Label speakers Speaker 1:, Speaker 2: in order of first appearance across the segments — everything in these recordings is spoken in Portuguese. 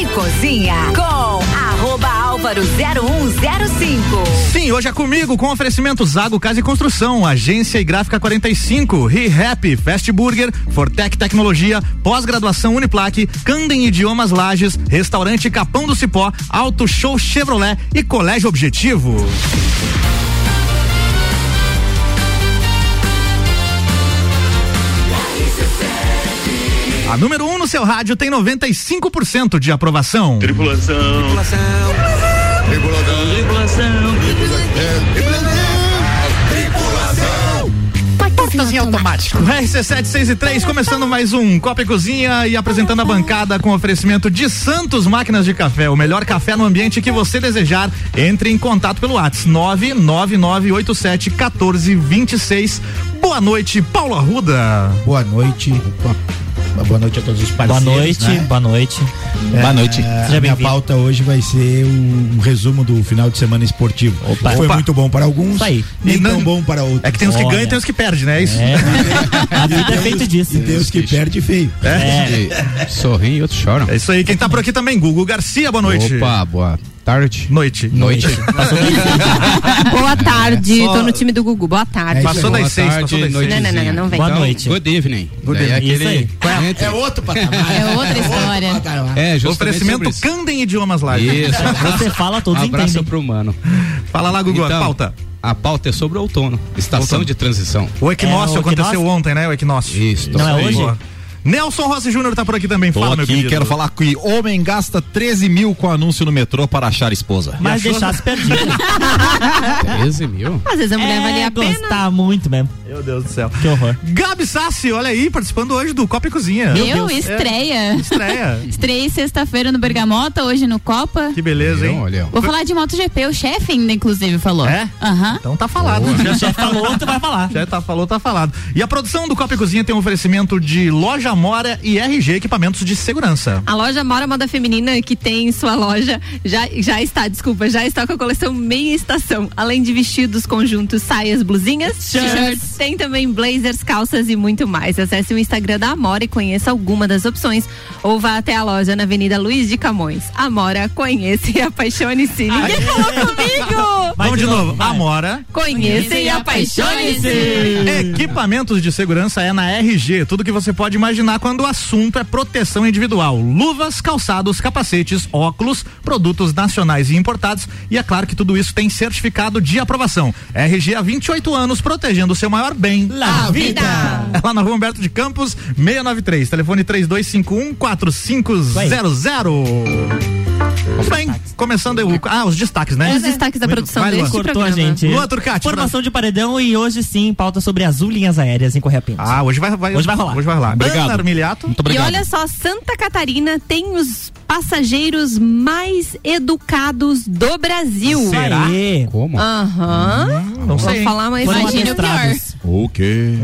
Speaker 1: e Cozinha com arroba Álvaro 0105.
Speaker 2: Sim, hoje é comigo com oferecimento Zago Casa e Construção, Agência e Gráfica 45, ReHap, Fast Burger, Fortec Tecnologia, Pós-Graduação Uniplaque, Candem Idiomas Lages, Restaurante Capão do Cipó, Auto Show Chevrolet e Colégio Objetivo. A número 1 um no seu rádio tem 95% de aprovação.
Speaker 3: Tripulação. Tripulação.
Speaker 4: Tripulação.
Speaker 2: Portas em automático. RC763, começando mais um Copa e Cozinha e apresentando a bancada com oferecimento de Santos Máquinas de Café, o melhor café no ambiente que você desejar. Entre em contato pelo WhatsApp 999871426. Boa noite, Paulo Arruda.
Speaker 5: Boa noite. Opa. Boa noite a todos os parceiros.
Speaker 6: Boa noite,
Speaker 5: né?
Speaker 6: boa noite.
Speaker 5: Boa noite. É, a minha
Speaker 6: bem-vindo.
Speaker 5: pauta hoje vai ser um resumo do final de semana esportivo.
Speaker 6: Opa.
Speaker 5: Que Foi
Speaker 2: Opa.
Speaker 5: muito bom para alguns,
Speaker 6: Isso aí.
Speaker 5: nem
Speaker 2: E não-
Speaker 5: tão bom para outros.
Speaker 2: É que tem uns que
Speaker 6: Olha.
Speaker 2: ganham e tem uns que perdem, né? É isso.
Speaker 6: É, a vida é feita disso.
Speaker 5: E tem os que perde feio.
Speaker 6: É,
Speaker 7: E Sorri e outros choram.
Speaker 2: É isso aí. Quem tá por aqui também, Gugu Garcia, boa noite.
Speaker 7: Opa, boa tarde.
Speaker 2: Noite.
Speaker 7: Noite.
Speaker 8: Boa tarde, tô no time do Gugu. Boa tarde.
Speaker 5: É
Speaker 2: Passou
Speaker 5: Boa
Speaker 2: das seis, passou das seis.
Speaker 8: Não, não, não, não, não vem.
Speaker 6: Boa
Speaker 7: Então,
Speaker 6: noite.
Speaker 7: Good evening.
Speaker 2: Good
Speaker 7: Daí é
Speaker 6: evening.
Speaker 7: aquele-
Speaker 6: Isso
Speaker 7: Entre-
Speaker 5: É outro patamar.
Speaker 8: É outra história.
Speaker 7: É, justamente sobre
Speaker 2: Oferecimento
Speaker 7: isso.
Speaker 2: Candem Idiomas Live.
Speaker 7: Isso, Um
Speaker 6: Você fala, todos
Speaker 7: abraço
Speaker 6: entendem.
Speaker 7: pro humano.
Speaker 2: Fala lá, Gugu, a
Speaker 7: Então,
Speaker 2: pauta.
Speaker 7: A pauta é sobre o outono, estação
Speaker 2: Outono.
Speaker 7: de transição.
Speaker 2: O equinócio
Speaker 6: É, o
Speaker 2: aconteceu
Speaker 6: equinócio?
Speaker 2: ontem, né? O equinócio.
Speaker 7: Isso,
Speaker 6: Não, é
Speaker 7: também.
Speaker 6: hoje?
Speaker 2: Boa. Nelson Rossi Júnior tá por aqui também.
Speaker 9: Tô
Speaker 2: Fala, meu
Speaker 9: aqui,
Speaker 2: querido.
Speaker 9: quero falar que homem gasta 13 mil com anúncio no metrô para achar esposa.
Speaker 6: Mas
Speaker 2: E achou-
Speaker 6: deixasse perdido. É,
Speaker 7: 13 mil?
Speaker 8: Às vezes a mulher valia a pena.
Speaker 6: gostar muito mesmo.
Speaker 2: Meu Deus do céu.
Speaker 6: Que horror.
Speaker 2: Gabi Sassi, olha aí, participando hoje do Copa e Cozinha.
Speaker 8: Eu estreia.
Speaker 2: é. Estreia.
Speaker 8: Estreiei sexta-feira no Bergamota, hoje no Copa.
Speaker 2: Que beleza, hein?
Speaker 7: Não, olha.
Speaker 8: Vou falar de MotoGP, o chefe ainda, inclusive, falou.
Speaker 2: É?
Speaker 8: Aham.
Speaker 2: Então tá falado. Já,
Speaker 6: Já falou, tu vai falar.
Speaker 2: já tá, falou, tá falado. E a produção do Copa e Cozinha tem um oferecimento de Loja Mora e RG Equipamentos de Segurança.
Speaker 10: A loja Mora Moda Feminina, que tem em sua loja, já, já está, desculpa, já está com a coleção Meia Estação. Além de vestidos, conjuntos, saias, blusinhas, t-shirts, tem também blazers, calças e muito mais. Acesse o Instagram da Amora e conheça alguma das opções. Ou vá até a loja na Avenida Luiz de Camões. Amora, conheça e apaixone-se. Ninguém falou comigo!
Speaker 6: Vai
Speaker 2: Vamos de novo.
Speaker 6: vai.
Speaker 2: Amora.
Speaker 10: Conheça e apaixone-se!
Speaker 2: Equipamentos de segurança é na RG. Tudo que você pode imaginar quando o assunto é proteção individual: luvas, calçados, capacetes, óculos, produtos nacionais e importados. E é claro que tudo isso tem certificado de aprovação. RG há 28 anos protegendo o seu maior bem.
Speaker 6: La vida.
Speaker 2: É lá na rua Humberto de Campos, 693. Telefone 3251 4500. Bem, começando o, ah, os destaques, né?
Speaker 10: Os destaques da
Speaker 2: Muito-
Speaker 10: produção
Speaker 2: vai,
Speaker 10: deste
Speaker 2: Luan.
Speaker 6: Cortou a
Speaker 10: programa.
Speaker 6: gente.
Speaker 2: Lua Turcati,
Speaker 6: Formação de paredão e hoje sim, pauta sobre azul linhas aéreas em Correia Pinto.
Speaker 2: Ah, hoje vai, vai,
Speaker 6: Hoje vai rolar.
Speaker 2: Hoje vai rolar.
Speaker 9: Obrigado.
Speaker 2: Ana Armiliato.
Speaker 9: Muito
Speaker 10: E
Speaker 9: obrigado.
Speaker 10: olha só, Santa Catarina tem os passageiros mais educados do Brasil.
Speaker 2: Será? Hum,
Speaker 6: Aê.
Speaker 7: Como?
Speaker 10: Aham.
Speaker 2: Não
Speaker 10: Vou
Speaker 2: sei. hein?
Speaker 10: falar mais um
Speaker 6: Foram
Speaker 10: imagina o pior.
Speaker 6: adestrados.
Speaker 9: O quê?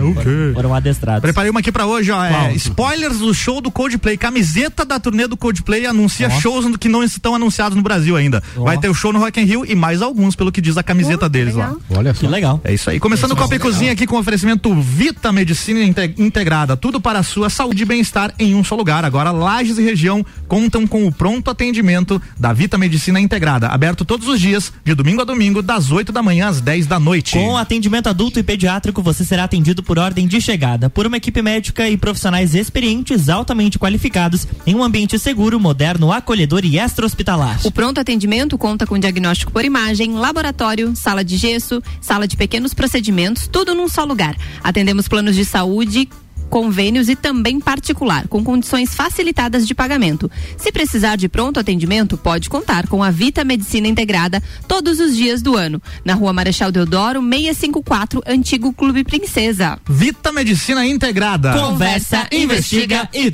Speaker 6: Foram adestrados.
Speaker 2: Preparei uma aqui pra hoje, ó. É, spoilers do show do Coldplay. Camiseta da turnê do Coldplay anuncia shows que não estão anunciados no Brasil ainda.
Speaker 6: Ó.
Speaker 2: Vai ter o show no Rock in Rio e mais alguns, pelo que diz a camiseta deles lá.
Speaker 7: Olha só.
Speaker 6: Que legal.
Speaker 2: É isso aí. Começando o Copa e Cozinha aqui com oferecimento Vita Medicina Inte- Integrada. Tudo para a sua saúde e bem-estar em um só lugar. Agora, Lages e região contam com o pronto atendimento da Vita Medicina Integrada. Aberto todos os dias, de domingo a domingo, das 8 da manhã às 10 da noite.
Speaker 6: Com atendimento adulto e pediátrico, você será atendido por ordem de chegada, por uma equipe médica e profissionais experientes, altamente qualificados, em um ambiente seguro, moderno, acolhedor e extra-hospitalar.
Speaker 10: O pronto atendimento conta com diagnóstico por imagem, laboratório, sala de gesso, sala de pequenos procedimentos, tudo num só lugar. Atendemos planos de saúde convênios e também particular, com condições facilitadas de pagamento. Se precisar de pronto atendimento, pode contar com a Vita Medicina Integrada todos os dias do ano, na Rua Marechal Deodoro, 654, antigo Clube Princesa.
Speaker 2: Vita Medicina Integrada.
Speaker 6: Conversa, investiga e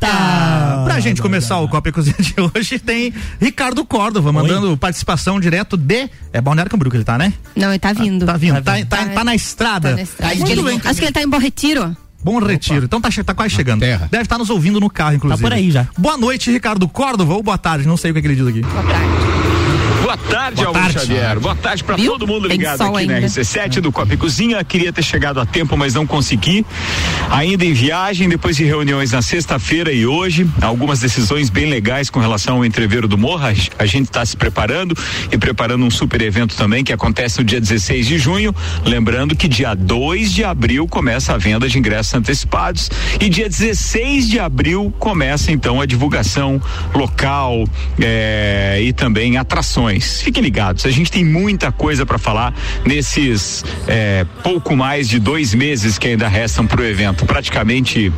Speaker 6: trata.
Speaker 2: Pra gente começar o Copa e Cozinha de hoje, tem Ricardo Córdova mandando participação direto de. É Balneário Camboriú que ele tá, né?
Speaker 10: Não, ele tá vindo.
Speaker 2: Tá vindo, tá,
Speaker 6: vindo.
Speaker 2: tá- tá na estrada.
Speaker 10: Tá na estrada. Acho, que
Speaker 2: Muito
Speaker 10: ele,
Speaker 2: bem.
Speaker 10: acho que ele tá em Bom Retiro.
Speaker 2: Bom retiro. Então tá, che- tá quase chegando.
Speaker 7: terra.
Speaker 2: Deve estar nos ouvindo no carro, inclusive.
Speaker 6: por aí já.
Speaker 2: Boa noite, Ricardo Córdova, ou boa tarde, não sei o que, é que ele diz aqui.
Speaker 10: Boa tarde.
Speaker 3: Boa tarde, Alvin Xavier. Boa tarde pra
Speaker 10: Viu?
Speaker 3: todo mundo
Speaker 10: Tem
Speaker 3: ligado
Speaker 10: sol
Speaker 3: aqui na
Speaker 10: ainda.
Speaker 3: RC7 do Copa e Cozinha. Queria ter chegado a tempo, mas não consegui. Ainda em viagem, depois de reuniões na sexta-feira e hoje, algumas decisões bem legais com relação ao entreveiro do Morra. A gente está se preparando e preparando um super evento também que acontece no dia 16 de junho. Lembrando que dia 2 de abril começa a venda de ingressos antecipados e dia 16 de abril começa então a divulgação local eh, e também atrações. Fiquem ligados, a gente tem muita coisa para falar nesses eh, pouco mais de dois meses que ainda restam para o evento, praticamente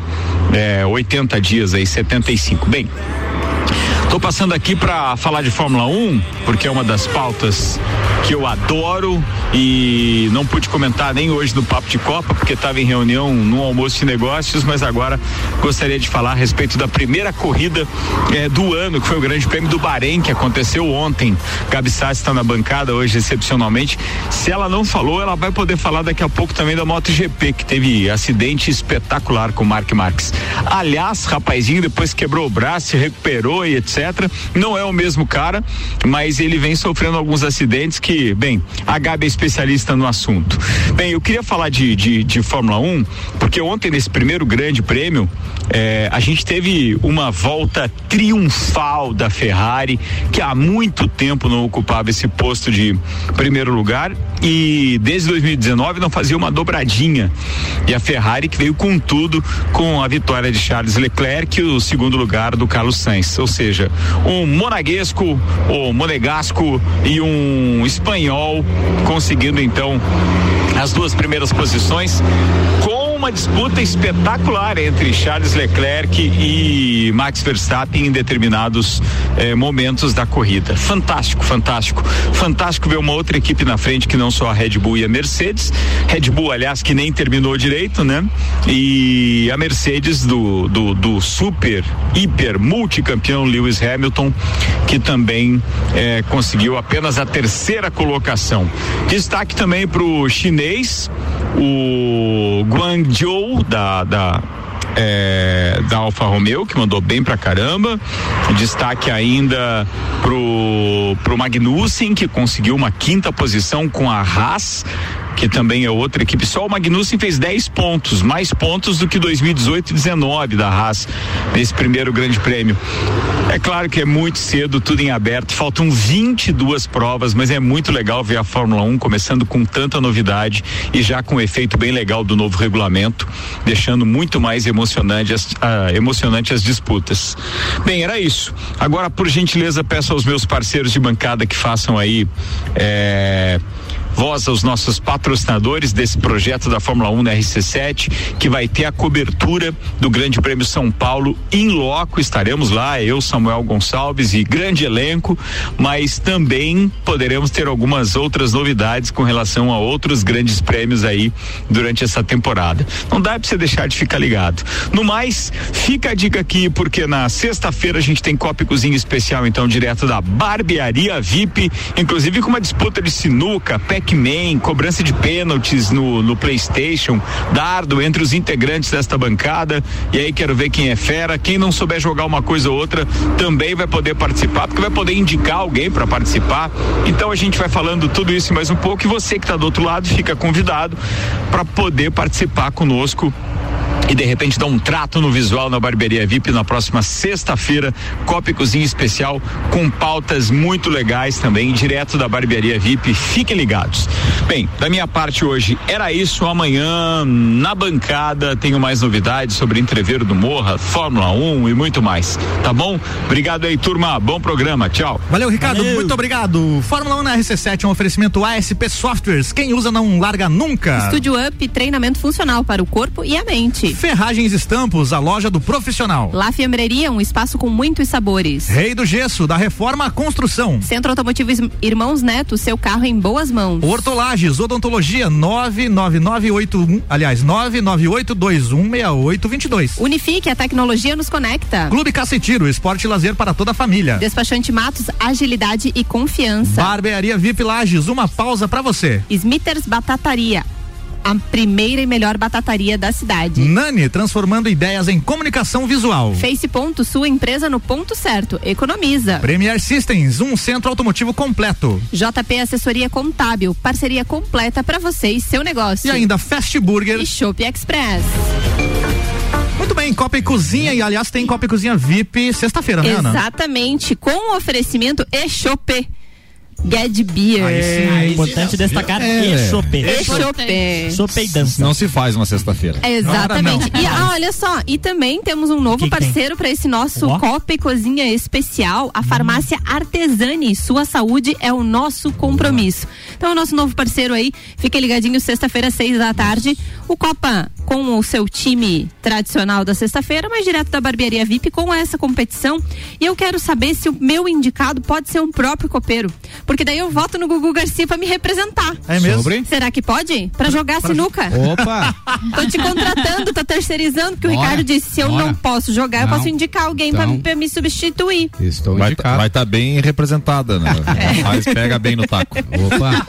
Speaker 3: eh, 80 dias aí, 75. Bem, Tô passando aqui para falar de Fórmula 1, porque é uma das pautas que eu adoro e não pude comentar nem hoje no Papo de Copa, porque estava em reunião no almoço de negócios, mas agora gostaria de falar a respeito da primeira corrida eh, do ano, que foi o Grande Prêmio do Bahrein, que aconteceu ontem. Gabi Sassi está na bancada hoje, excepcionalmente. Se ela não falou, ela vai poder falar daqui a pouco também da MotoGP, que teve acidente espetacular com o Mark Marques. Aliás, rapazinho, depois quebrou o braço, se recuperou e etc. Não é o mesmo cara, mas ele vem sofrendo alguns acidentes que, bem, a Gabi é especialista no assunto. Bem, eu queria falar de, de, de Fórmula 1, porque ontem, nesse primeiro grande prêmio, eh, a gente teve uma volta triunfal da Ferrari, que há muito tempo não ocupava esse posto de primeiro lugar e desde 2019 não fazia uma dobradinha. E a Ferrari que veio com tudo com a vitória de Charles Leclerc e o segundo lugar do Carlos Sainz. Ou seja, um monaguesco, ou monegasco e um espanhol conseguindo então as duas primeiras posições com uma disputa espetacular entre Charles Leclerc e Max Verstappen em determinados eh, momentos da corrida. Fantástico, fantástico. Fantástico ver uma outra equipe na frente que não só a Red Bull e a Mercedes. Red Bull, aliás, que nem terminou direito, né? E a Mercedes do, do, do super, hiper, multicampeão Lewis Hamilton, que também eh, conseguiu apenas a terceira colocação. Destaque também para o chinês, o Guangzhou da, da é, da Alfa Romeo, que mandou bem pra caramba. Destaque ainda pro, pro Magnussen, que conseguiu uma quinta posição com a Haas, que também é outra equipe. Só o Magnussen fez 10 pontos, mais pontos do que 2018 e 19 da Haas nesse primeiro grande prêmio. É claro que é muito cedo, tudo em aberto. Faltam 22 provas, mas é muito legal ver a Fórmula 1 começando com tanta novidade e já com o efeito bem legal do novo regulamento, deixando muito mais emocionante as, ah, emocionante as disputas. Bem, era isso. Agora, por gentileza, peço aos meus parceiros de bancada que façam aí. eh, voz aos nossos patrocinadores desse projeto da Fórmula 1 na RC7, que vai ter a cobertura do Grande Prêmio São Paulo em loco. Estaremos lá, eu, Samuel Gonçalves e grande elenco, mas também poderemos ter algumas outras novidades com relação a outros grandes prêmios aí durante essa temporada. Não dá pra você deixar de ficar ligado. No mais, fica a dica aqui, porque na sexta-feira a gente tem Copa e Cozinha especial, então, direto da Barbearia VIP, inclusive com uma disputa de sinuca, Pac-Man, cobrança de pênaltis no, no PlayStation, dardo entre os integrantes desta bancada. E aí quero ver quem é fera. Quem não souber jogar uma coisa ou outra também vai poder participar, porque vai poder indicar alguém para participar. Então a gente vai falando tudo isso e mais um pouco. E você que está do outro lado fica convidado para poder participar conosco e de repente dá um trato no visual na Barbearia VIP na próxima sexta-feira, Copa e Cozinha Especial com pautas muito legais também, direto da Barbearia VIP, fiquem ligados. Bem, da minha parte hoje era isso, amanhã na bancada tenho mais novidades sobre entreveiro do Morra, Fórmula 1 e muito mais, tá bom? Obrigado aí turma, bom programa, tchau.
Speaker 2: Valeu, Ricardo.
Speaker 6: Valeu.
Speaker 2: Muito obrigado. Fórmula 1 na RC7 é um oferecimento ASP Softwares. Quem usa não larga nunca.
Speaker 10: Estúdio Up, treinamento funcional para o corpo e a mente.
Speaker 2: Ferragens e Estampos, a loja do profissional.
Speaker 10: La Fiambreria, um espaço com muitos sabores.
Speaker 2: Rei do Gesso, da Reforma à Construção.
Speaker 10: Centro Automotivo Is- Irmãos Neto, seu carro em boas mãos.
Speaker 2: Hortolages, Odontologia, 99981, aliás, 998216822.
Speaker 10: Unifique, a tecnologia nos conecta.
Speaker 2: Clube Cacetiro, esporte e lazer para toda a família.
Speaker 10: Despachante Matos, agilidade e confiança.
Speaker 2: Barbearia VIP Lages, uma pausa para você.
Speaker 10: Smithers Batataria. a primeira e melhor batataria da cidade.
Speaker 2: Nani, transformando ideias em comunicação visual.
Speaker 10: Face Ponto, sua empresa no ponto certo. Economiza.
Speaker 2: Premier Systems, um centro automotivo completo.
Speaker 10: JP Assessoria Contábil, parceria completa para você e seu negócio.
Speaker 2: E ainda Fast Burger.
Speaker 10: E Shop Express.
Speaker 2: Muito bem, Copa e Cozinha, e aliás tem Copa e Cozinha VIP sexta-feira, né, Ana?
Speaker 10: Exatamente, com o oferecimento e Chopé. Gad Beer.
Speaker 2: Aí sim,
Speaker 6: É
Speaker 2: aí
Speaker 6: importante destacar
Speaker 9: É.
Speaker 6: que é chopé.
Speaker 10: E Chopé.
Speaker 6: Chopé e dança.
Speaker 9: Não se faz uma sexta-feira.
Speaker 10: É, Exatamente.
Speaker 2: Não, não.
Speaker 10: E ah, olha só, e também temos um novo
Speaker 6: que que
Speaker 10: parceiro para esse nosso
Speaker 6: Ó.
Speaker 10: Copa e Cozinha especial, a farmácia Artesani. Sua saúde é o nosso compromisso. Então, o nosso novo parceiro aí, fiquem ligadinhos, sexta-feira, seis da tarde. O Copa com o seu time tradicional da sexta-feira, mas direto da barbearia VIP com essa competição. E eu quero saber se o meu indicado pode ser um próprio copeiro. Porque daí eu voto no Gugu Garcia para me representar.
Speaker 2: É mesmo?
Speaker 7: Sobre?
Speaker 10: Será que pode? Para jogar sinuca?
Speaker 7: Opa!
Speaker 10: Tô te contratando, tô terceirizando, porque o
Speaker 7: Bora,
Speaker 10: Ricardo disse: se eu
Speaker 7: bora.
Speaker 10: não posso jogar, eu
Speaker 7: Não.
Speaker 10: posso indicar alguém pra-
Speaker 7: Então.
Speaker 10: pra, me substituir.
Speaker 7: Estou
Speaker 9: Vai
Speaker 7: indicado.
Speaker 9: estar bem representada, né? Mas pega bem no taco.
Speaker 7: Opa!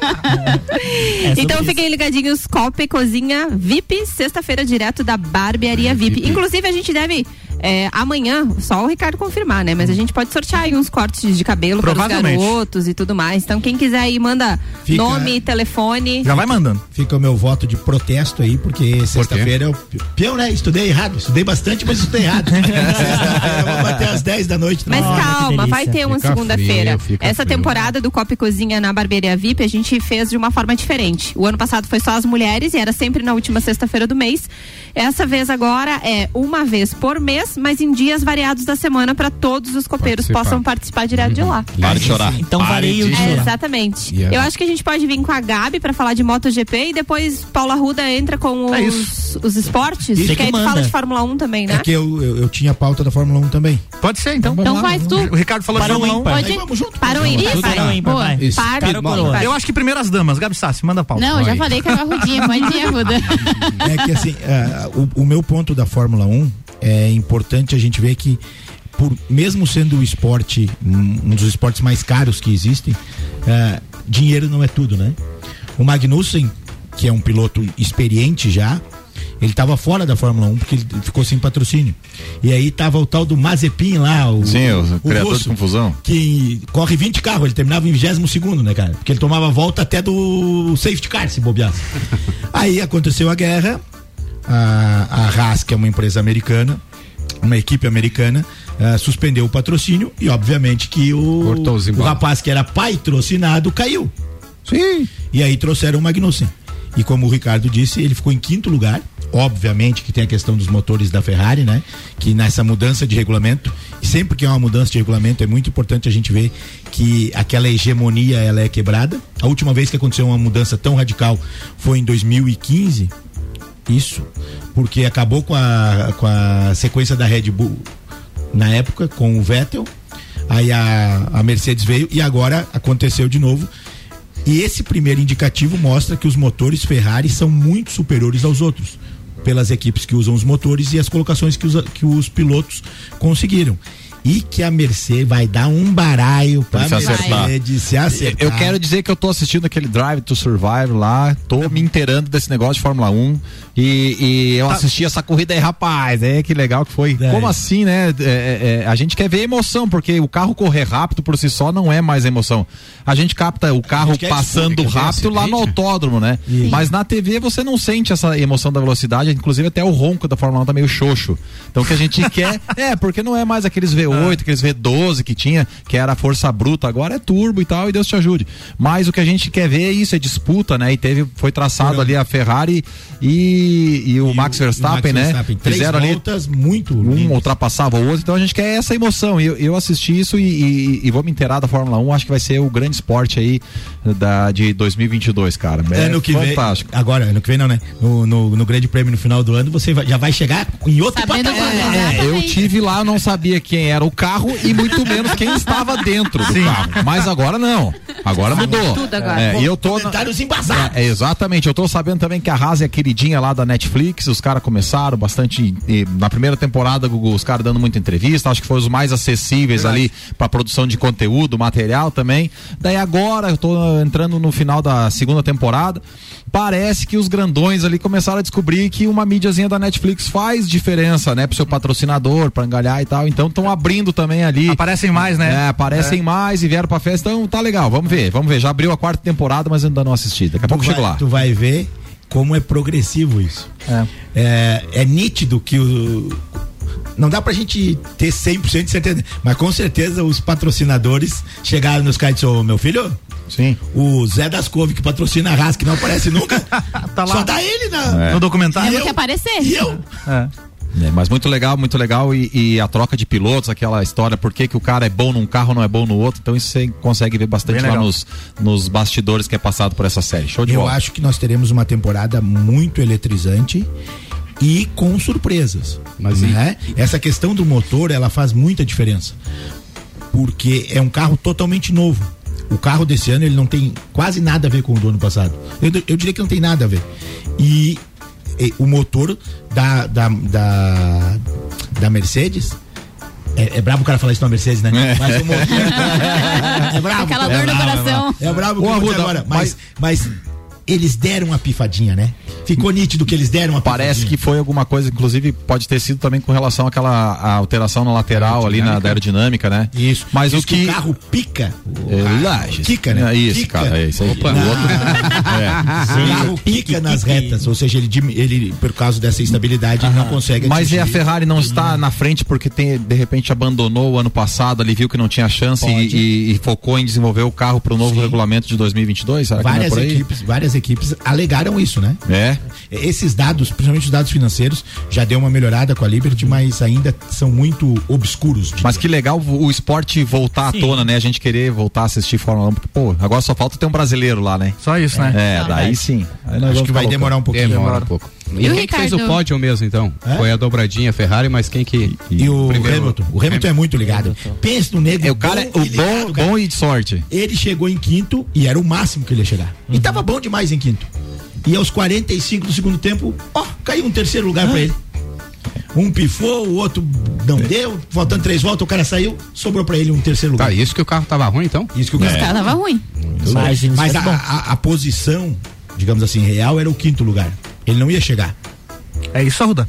Speaker 6: É sobre
Speaker 10: então
Speaker 6: isso.
Speaker 10: fiquem ligadinhos, Copa e Cozinha VIP, sexta-feira, direto da Barbearia VIP. Inclusive, a gente deve. é, amanhã, só o Ricardo confirmar, né? Mas a gente pode sortear aí uns cortes de cabelo para os
Speaker 2: Provavelmente.
Speaker 10: garotos e tudo mais. Então, quem quiser aí, manda
Speaker 5: Fica-
Speaker 10: nome, telefone.
Speaker 2: Já vai mandando.
Speaker 5: Fica o meu voto de protesto aí, porque sexta-feira eu. Pião, né? Estudei errado. Estudei bastante, mas estudei errado. Sexta-feira eu vou bater às 10 da noite.
Speaker 10: Mas
Speaker 6: Olha, que
Speaker 10: calma,
Speaker 6: delícia.
Speaker 10: vai ter uma
Speaker 7: Fica
Speaker 10: segunda-feira.
Speaker 7: frio, fica
Speaker 10: Essa
Speaker 7: frio.
Speaker 10: temporada do Copa e Cozinha na Barbearia VIP a gente fez de uma forma diferente. O ano passado foi só as mulheres e era sempre na última sexta-feira do mês. Essa vez agora é uma vez por mês, mas em dias variados da semana para todos os copeiros
Speaker 7: Participar. Uhum.
Speaker 10: possam participar direto de lá.
Speaker 9: Para de chorar.
Speaker 6: Então
Speaker 9: Pare
Speaker 6: varia o
Speaker 9: de-
Speaker 6: dia.
Speaker 10: É, exatamente.
Speaker 7: Yeah.
Speaker 10: Eu acho que a gente pode vir com a Gabi pra falar de MotoGP e depois Paula Ruda entra com
Speaker 2: É
Speaker 10: os, os esportes.
Speaker 6: Isso
Speaker 10: que aí tu
Speaker 6: que manda.
Speaker 10: fala de Fórmula 1 também, né?
Speaker 5: É que eu, eu, eu tinha a pauta da Fórmula 1 também.
Speaker 2: Pode ser, então.
Speaker 10: Então faz tu.
Speaker 2: O Ricardo falou
Speaker 6: Para o
Speaker 2: de Fórmula 1.
Speaker 6: ímpar.
Speaker 10: Pode.
Speaker 5: Aí vamos junto.
Speaker 10: Parou aí.
Speaker 7: Tudo
Speaker 6: Parou aí, papai.
Speaker 7: Isso.
Speaker 10: Par
Speaker 5: um
Speaker 6: Cara ou
Speaker 7: Irmão,
Speaker 6: coroa?
Speaker 2: Eu acho que primeiras damas, Gabi Sassi, manda a pauta.
Speaker 4: Não, eu já
Speaker 7: Vai.
Speaker 4: falei que era Rudinha, pode ir,
Speaker 8: né?
Speaker 4: Ruda.
Speaker 5: É que assim, ah, o, o meu ponto da Fórmula 1 é importante a gente ver que, por, mesmo sendo o esporte, um, um dos esportes mais caros que existem, ah, dinheiro não é tudo, né? O Magnussen, que é um piloto experiente já, ele estava fora da Fórmula 1 porque ele ficou sem patrocínio. E aí tava o tal do Mazepin lá, o,
Speaker 9: Sim, o criador
Speaker 5: russo,
Speaker 9: de confusão.
Speaker 5: Que corre 20 carros, ele terminava em 22 segundo, né, cara? Porque ele tomava volta até do safety car se bobeasse. aí aconteceu a guerra, a, a Haas, que é uma empresa americana, uma equipe americana, ah, suspendeu o patrocínio e obviamente que o,
Speaker 7: Cortou os
Speaker 5: o
Speaker 7: embalos.
Speaker 5: rapaz que era patrocinado caiu.
Speaker 7: Sim.
Speaker 5: E aí trouxeram o Magnussen. E como o Ricardo disse, ele ficou em quinto lugar. Obviamente que tem a questão dos motores da Ferrari, né? Que nessa mudança de regulamento, e sempre que há uma mudança de regulamento, é muito importante a gente ver que aquela hegemonia ela é quebrada. A última vez que aconteceu uma mudança tão radical foi em 2015. Isso, porque acabou com a, com a sequência da Red Bull na época, com o Vettel. Aí a, a Mercedes veio e agora aconteceu de novo. E esse primeiro indicativo mostra que os motores Ferrari são muito superiores aos outros, pelas equipes que usam os motores e as colocações que os, que os pilotos conseguiram. E que a Mercedes vai dar um baralho para
Speaker 9: Pra se acertar.
Speaker 5: Mercedes É, se acertar.
Speaker 9: Eu quero dizer que eu tô assistindo aquele Drive to Survive lá,
Speaker 5: Tá
Speaker 9: tô me inteirando desse negócio de Fórmula 1 e, e eu assisti essa corrida aí, rapaz, é que legal que foi.
Speaker 5: Tá. É.
Speaker 9: Como assim, né? É, é, é, a gente quer ver emoção, porque o carro correr rápido por si só não é mais emoção. A gente capta o carro
Speaker 5: quer
Speaker 9: passando
Speaker 7: disputa, quer ver
Speaker 9: rápido lá no
Speaker 7: acidente, né?
Speaker 9: autódromo, né? Mas na TV você não sente essa emoção da velocidade, inclusive até o ronco da Fórmula 1 tá meio xoxo. Então o que a gente quer é, porque não é mais aqueles V8, aqueles V12 que tinha, que era força bruta, agora é turbo e tal, e Deus te ajude. Mas o que a gente quer ver é isso, é disputa, né? E teve, foi traçado ali a Ferrari e, e o Max Verstappen, né?
Speaker 5: Três
Speaker 9: Fizeram ali
Speaker 5: voltas muito
Speaker 9: um
Speaker 5: lindas.
Speaker 9: ultrapassava o outro, então a gente quer essa emoção. E Eu, eu assisti isso e, e- e vou me inteirar da Fórmula 1, acho que vai ser o grande esporte aí da, de 2022, cara. É,
Speaker 5: ano que
Speaker 9: fantástico.
Speaker 5: vem. Agora, ano que vem não, né? No, no, no grande prêmio no final do ano, você vai- já vai chegar em outro
Speaker 4: Sabendo
Speaker 5: patamar.
Speaker 4: quando-
Speaker 9: É, eu tive lá, eu não sabia quem era era o carro e muito menos quem estava dentro do carro. Mas agora não. Agora mudou.
Speaker 8: Tudo agora.
Speaker 9: É,
Speaker 8: Bom,
Speaker 9: e eu tô
Speaker 5: comentários embasados.
Speaker 9: É, é, exatamente. Eu tô sabendo também que a Haas é a queridinha lá da Netflix. Os caras começaram bastante eh, na primeira temporada, Gugu, os caras dando muita entrevista. Acho que foi os mais acessíveis ali para produção de conteúdo, material também. Daí agora eu tô ah, entrando no final da segunda temporada. Parece que os grandões ali começaram a descobrir que uma mídiazinha da Netflix faz diferença, né, pro seu patrocinador, pra engalhar e tal. Então estão abrindo também ali.
Speaker 2: Aparecem mais, né?
Speaker 9: É, aparecem mais e vieram pra festa. Então tá legal, vamos ver, vamos ver. Já abriu a quarta temporada, mas ainda não assisti. Daqui a pouco
Speaker 5: tu
Speaker 9: chego
Speaker 5: vai,
Speaker 9: lá.
Speaker 5: Tu vai ver como é progressivo isso. É, é nítido que o. Não dá pra gente ter 100% de certeza, mas com certeza os patrocinadores chegaram nos caras e disseram, "Ô, meu filho,
Speaker 9: Sim.
Speaker 5: o Zé das Couve que patrocina a Haas, que não aparece nunca,
Speaker 2: Tá lá.
Speaker 5: só dá ele na...
Speaker 2: No documentário.
Speaker 4: Temos que
Speaker 5: E
Speaker 4: aparecer.
Speaker 5: É. eu?
Speaker 9: É, mas muito legal, muito legal. E, e a troca de pilotos, aquela história, por que, que o cara é bom num carro não é bom no outro. Então isso você consegue ver bastante
Speaker 2: Bem
Speaker 9: lá
Speaker 2: legal.
Speaker 9: nos, nos bastidores que é passado por essa série. Show de
Speaker 5: Eu
Speaker 9: bola.
Speaker 5: acho que nós teremos uma temporada muito eletrizante e com surpresas.
Speaker 7: Mas e-
Speaker 5: né? Essa questão do motor, ela faz muita diferença. Porque é um carro totalmente novo. O carro desse ano, ele não tem quase nada a ver com o do ano passado. Eu, eu diria que não tem nada a ver. E, e o motor da, da, da, da Mercedes... É, é brabo o cara falar isso na Mercedes, né? Mas o motor... é brabo.
Speaker 4: Aquela
Speaker 5: é
Speaker 4: dor no
Speaker 5: brabo, é brabo.
Speaker 4: coração.
Speaker 5: É brabo que
Speaker 9: Ô,
Speaker 5: eu vou
Speaker 9: Arruda,
Speaker 5: dizer agora, mas, mas eles deram uma pifadinha, né? Ficou nítido que eles deram uma
Speaker 9: Parece que
Speaker 5: pifadinha.
Speaker 9: foi alguma coisa, inclusive pode ter sido também com relação àquela a alteração na lateral ali na da aerodinâmica, né?
Speaker 5: Isso.
Speaker 9: Mas
Speaker 5: Diz
Speaker 9: o que.
Speaker 5: o carro pica.
Speaker 9: É,
Speaker 5: Ah,
Speaker 9: Lages.
Speaker 5: Quica, né?
Speaker 9: É isso,
Speaker 5: Quica.
Speaker 9: cara. É isso aí.
Speaker 7: Opa.
Speaker 9: O outro-
Speaker 5: O carro pica nas retas, ou seja, ele, dim- ele por causa dessa instabilidade, ele não consegue
Speaker 9: Mas e a
Speaker 5: atingir. Uhum.
Speaker 9: Ferrari não está na frente porque tem, de repente abandonou o ano passado, ali viu que não tinha chance e,
Speaker 5: Pode.
Speaker 9: e- e focou em desenvolver o carro para o novo regulamento de 2022? Será
Speaker 5: Várias
Speaker 9: que não é por aí?
Speaker 5: equipes, várias equipes alegaram isso, né?
Speaker 9: É.
Speaker 5: Esses dados, principalmente os dados financeiros, já deu uma melhorada com a Liberty, mas ainda são muito obscuros. diria.
Speaker 9: Mas que legal o o esporte voltar à tona, né? A gente querer voltar a assistir Fórmula 1. porque, Pô, agora só falta ter um brasileiro lá, né?
Speaker 2: Só isso, né?
Speaker 9: É, daí sim. Aí nós
Speaker 5: acho
Speaker 9: vamos
Speaker 5: que vai
Speaker 9: ficar
Speaker 5: demorar um pouquinho.
Speaker 7: Demora um pouco. E,
Speaker 4: E o
Speaker 7: quem que fez o
Speaker 4: Ricardo?
Speaker 7: pódio mesmo, então?
Speaker 5: É?
Speaker 7: Foi a dobradinha Ferrari, mas quem que.
Speaker 5: E o
Speaker 7: primeiro-
Speaker 5: Hamilton. O Hamilton é muito ligado. Pensa no nego.
Speaker 9: É, o cara,
Speaker 5: bom
Speaker 9: o
Speaker 5: e ligado,
Speaker 9: bom,
Speaker 5: cara.
Speaker 9: bom e de sorte. Uhum.
Speaker 5: Ele chegou em quinto e era o máximo que ele ia chegar. E tava bom demais em quinto. E aos 45 do segundo tempo, ó, caiu um terceiro lugar
Speaker 9: Ah.
Speaker 5: pra ele. Um pifou, o outro não
Speaker 9: É.
Speaker 5: deu, faltando três voltas, o cara saiu, sobrou pra ele um terceiro lugar.
Speaker 7: Tá, isso que o carro tava ruim, então?
Speaker 5: Isso que o cara.
Speaker 4: Os caras tava ruim.
Speaker 5: é. Mas,
Speaker 6: Imagina,
Speaker 5: Tá mas a,
Speaker 6: isso é bom.
Speaker 5: a- a posição, digamos assim, real era o quinto lugar. Ele não ia chegar.
Speaker 2: É isso, Arruda?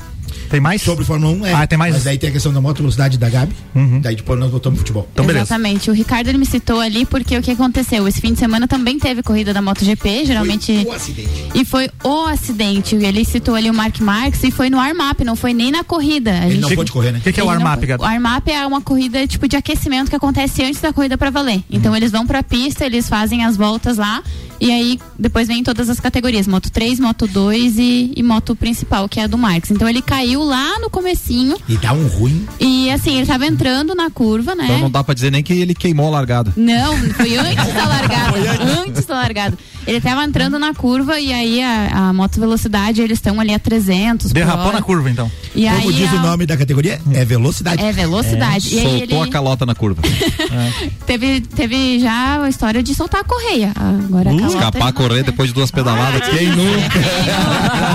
Speaker 2: Tem mais?
Speaker 5: Sobre Fórmula 1 é.
Speaker 2: Ah, tem mais? Uhum.
Speaker 5: Mas aí tem a questão da moto velocidade da Gabi. Daí depois nós voltamos pro futebol.
Speaker 2: Então, beleza.
Speaker 4: Exatamente. O Ricardo ele me citou ali porque o que aconteceu? Esse fim de semana também teve corrida da MotoGP, geralmente.
Speaker 5: Foi o acidente.
Speaker 4: E foi o acidente. Ele citou ali o Mark Marques e foi no warm-up, não foi nem na corrida. A
Speaker 5: Ele
Speaker 4: gente-
Speaker 5: não pôde correr, né?
Speaker 2: O que, que é o
Speaker 4: Ele não-
Speaker 2: armap, gato?
Speaker 4: O armap é uma corrida tipo de aquecimento que acontece antes da corrida pra
Speaker 2: Uhum.
Speaker 4: valer. Então eles vão pra pista, eles fazem as voltas lá e aí depois vem todas as categorias, moto 3, moto 2 e, e moto principal, que é a do Marx. Então ele caiu lá no comecinho
Speaker 5: E dá um ruim.
Speaker 4: e assim, ele tava entrando na curva, né?
Speaker 9: Então não dá pra dizer nem que ele queimou a largada.
Speaker 4: Não, foi antes da largada. antes da largada. Ele tava entrando na curva e aí a, a moto velocidade, eles estão ali a 300. por
Speaker 2: Derrapou
Speaker 4: hora.
Speaker 2: na curva, então. Hum.
Speaker 4: E
Speaker 5: Como
Speaker 4: aí
Speaker 5: diz
Speaker 4: a-
Speaker 5: o nome da categoria, é velocidade.
Speaker 4: É velocidade. e aí
Speaker 9: Soltou
Speaker 4: ele...
Speaker 9: a calota na curva.
Speaker 4: Teve, teve já a história de soltar a correia. Agora a calota Ah.
Speaker 9: Escapar,
Speaker 4: ele
Speaker 9: correr depois de duas pedaladas. Quem nunca?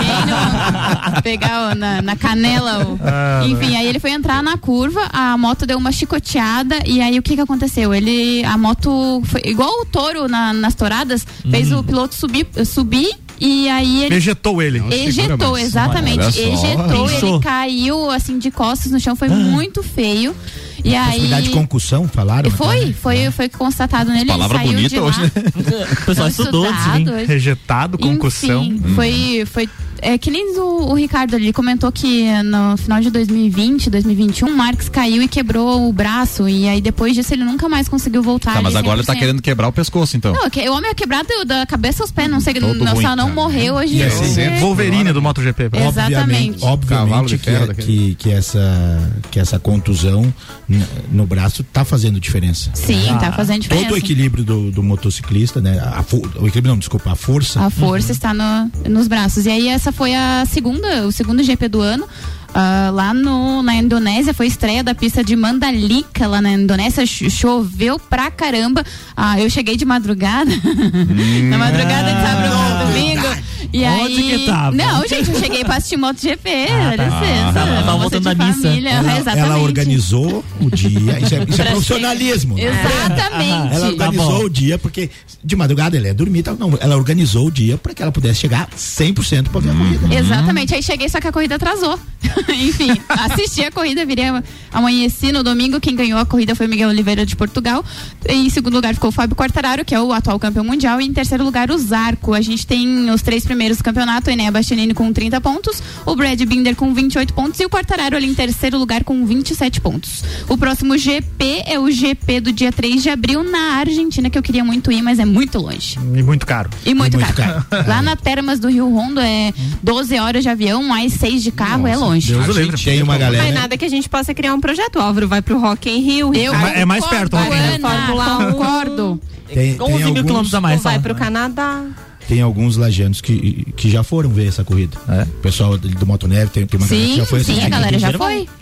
Speaker 4: não- Pegar o- na, na canela. o-
Speaker 5: Ah,
Speaker 4: Enfim, aí ele foi entrar na curva, a moto deu uma chicoteada e aí o que que aconteceu? Ele, a moto foi igual o touro na- nas touradas,
Speaker 5: Uhum.
Speaker 4: fez o piloto subir, subir e aí ele
Speaker 2: Vegetou ele.
Speaker 7: Não segura
Speaker 4: Ejetou,
Speaker 7: mais.
Speaker 4: exatamente.
Speaker 9: Olha só.
Speaker 4: Ejetou,
Speaker 2: Pensou.
Speaker 4: ele caiu assim de costas no chão, foi muito feio. E aí.
Speaker 5: Ah. Possibilidade de concussão,
Speaker 4: E
Speaker 5: falaram. até,
Speaker 4: foi,
Speaker 5: né?
Speaker 4: foi, foi constatado nele. ele
Speaker 9: Palavra
Speaker 4: saiu de
Speaker 9: bonita
Speaker 4: lá.
Speaker 9: hoje, né?
Speaker 6: O pessoal estudou, sim.
Speaker 4: Estudado,
Speaker 2: Rejetado, concussão.
Speaker 4: enfim,
Speaker 9: Uhum. Hum.
Speaker 4: foi, foi é, que nem o, o Ricardo ali comentou que no final de 2020, 2021, o Marx caiu e quebrou o braço e aí depois disso ele nunca mais conseguiu voltar.
Speaker 9: Tá, mas
Speaker 4: ali
Speaker 9: agora ele tá
Speaker 4: 100%.
Speaker 9: querendo quebrar o pescoço, então.
Speaker 4: Não, que- o homem é quebrado da cabeça aos pés, não sei,
Speaker 9: Todo
Speaker 4: não,
Speaker 9: ruim,
Speaker 4: só não
Speaker 9: cara. é
Speaker 4: morreu hoje.
Speaker 5: E assim,
Speaker 4: porque-
Speaker 2: Wolverine do MotoGP.
Speaker 4: É.
Speaker 5: Obviamente,
Speaker 4: Exatamente.
Speaker 7: Cavalo de
Speaker 5: obviamente que,
Speaker 7: ferro
Speaker 5: é-
Speaker 7: daquele.
Speaker 5: que, que essa, que essa contusão n- no braço tá fazendo diferença. Ah,
Speaker 4: Sim, tá fazendo diferença.
Speaker 5: Todo o equilíbrio do, do motociclista, né? A fo- o equilíbrio não, desculpa, a força.
Speaker 9: Uhum.
Speaker 4: A força está no- nos braços. E aí essa foi a segunda, o segundo GP do ano. Ah, lá no, na Indonésia foi estreia da pista de Mandalika lá na Indonésia, cho- choveu pra caramba. Ah, eu cheguei de madrugada, na madrugada de sábado pra domingo. E
Speaker 6: Onde
Speaker 4: aí...
Speaker 6: que tava?
Speaker 4: Não, gente, eu cheguei pra assistir MotoGP,
Speaker 6: Ah,
Speaker 4: dá
Speaker 6: tá.
Speaker 4: licença.
Speaker 6: Tava- tava
Speaker 4: almoço
Speaker 6: voltando
Speaker 4: de
Speaker 6: da missa.
Speaker 4: família,
Speaker 5: Ela,
Speaker 4: exatamente.
Speaker 5: ela organizou o dia. Isso é, isso é
Speaker 4: Pra
Speaker 5: profissionalismo. né?
Speaker 4: Exatamente. Tá
Speaker 5: Ela organizou
Speaker 6: bom.
Speaker 5: o dia, porque de madrugada ela ia dormir, e tal. não, ela organizou o dia para que ela pudesse chegar 100% para
Speaker 4: Uhum.
Speaker 5: ver a corrida.
Speaker 4: Exatamente, aí cheguei, só que a corrida atrasou. Enfim, assisti a corrida, virei ama- amanheci no domingo. Quem ganhou a corrida foi Miguel Oliveira de Portugal. Em segundo lugar ficou o Fábio Quartararo, que é o atual campeão mundial. E em terceiro lugar, o Zarco. A gente tem os três primeiros do campeonato: o Enea Bastianini com 30 pontos, o Brad Binder com 28 pontos e o Quartararo ali em terceiro lugar com 27 pontos. O próximo GP é o GP do dia 3 de abril na Argentina, que eu queria muito ir, mas é muito longe.
Speaker 2: E muito caro.
Speaker 4: E muito,
Speaker 5: muito
Speaker 4: caro. Lá na Termas do Rio Rondo é 12 horas de avião, mais 6 de carro, é longe.
Speaker 5: Deus o livre. Tem uma
Speaker 10: Não é
Speaker 5: galera.
Speaker 10: nada que a gente possa criar um projeto. O Álvaro vai pro Rock em Rio.
Speaker 4: Eu
Speaker 10: Ricardo
Speaker 2: É mais
Speaker 4: concordo,
Speaker 2: perto, Rock in Rio.
Speaker 10: Fórmula
Speaker 4: Ana,
Speaker 10: um.
Speaker 4: concordo.
Speaker 5: Tem, tem
Speaker 6: 11 mil
Speaker 5: alguns-
Speaker 6: quilômetros a mais.
Speaker 10: vai
Speaker 6: só.
Speaker 10: pro Canadá.
Speaker 5: tem alguns lajanos que, que já foram ver essa corrida.
Speaker 2: É?
Speaker 5: O pessoal do, do Motoneve tem, tem uma galera que
Speaker 4: Sim,
Speaker 5: já foi
Speaker 4: sim,
Speaker 5: assistir.
Speaker 4: a galera já
Speaker 6: Primeiro
Speaker 4: foi.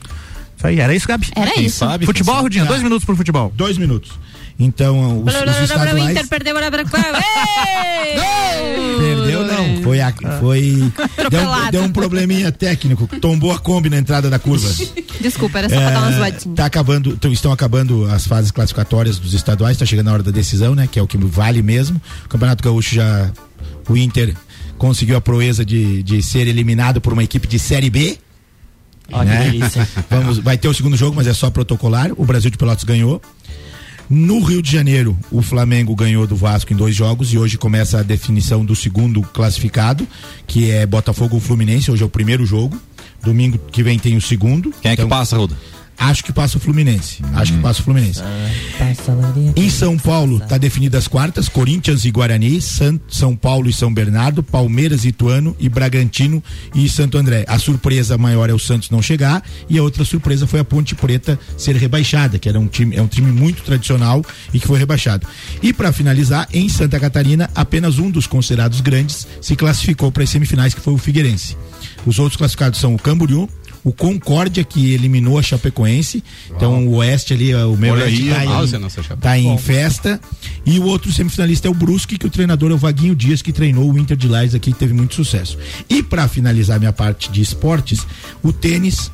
Speaker 2: Isso aí, era isso, Gabi.
Speaker 4: Era
Speaker 9: Quem
Speaker 4: isso.
Speaker 9: sabe?
Speaker 2: Futebol,
Speaker 9: quem sabe.
Speaker 2: Rudinha, dois minutos pro futebol.
Speaker 5: Ah. Dois minutos. Então, os, os
Speaker 10: O
Speaker 5: estaduais...
Speaker 10: Inter perdeu.
Speaker 5: Perdeu não, foi a, foi deu, um-
Speaker 10: Atropelado.
Speaker 5: deu um probleminha técnico, tombou a Kombi na entrada da curva.
Speaker 10: Desculpa, era só pra dar uma zoadinha.
Speaker 5: Tá acabando, tão- estão acabando as fases classificatórias dos estaduais, tá chegando a hora da decisão, né? Que é o que vale mesmo. O Campeonato Gaúcho já. O Inter conseguiu a proeza de, de ser eliminado por uma equipe de Série B.
Speaker 6: Olha que
Speaker 5: né?
Speaker 6: delícia.
Speaker 5: Vamos, vai ter o segundo jogo, mas é só protocolar. O Brasil de Pelotas ganhou. No Rio de Janeiro, o Flamengo ganhou do Vasco em dois jogos e hoje começa a definição do segundo classificado, que é Botafogo ou Fluminense. Hoje é o primeiro jogo. Domingo que vem tem o segundo.
Speaker 9: Quem é que
Speaker 5: Então,
Speaker 9: passa, Ruda?
Speaker 5: Acho que passa o Fluminense. Acho que passa o Fluminense. Em São Paulo, tá definidas as quartas: Corinthians e Guarani, San- São Paulo e São Bernardo, Palmeiras e Ituano e Bragantino e Santo André. A surpresa maior é o Santos não chegar e a outra surpresa foi a Ponte Preta ser rebaixada, que era um time, é um time muito tradicional e que foi rebaixado. E para finalizar, em Santa Catarina, apenas um dos considerados grandes se classificou para as semifinais, que foi o Figueirense. Os outros classificados são o Camboriú, o Concórdia, que eliminou a Chapecoense. Então, o Oeste ali, o meu
Speaker 9: Ah. Olha
Speaker 5: Oeste
Speaker 9: aí,
Speaker 5: tá
Speaker 9: a
Speaker 5: em-
Speaker 9: várzea, nossa Chape.
Speaker 5: tá em festa. E o outro semifinalista é o Brusque, que o treinador é o Vaguinho Dias, que treinou o Inter de Lages aqui, que teve muito sucesso. E para finalizar minha parte de esportes, o tênis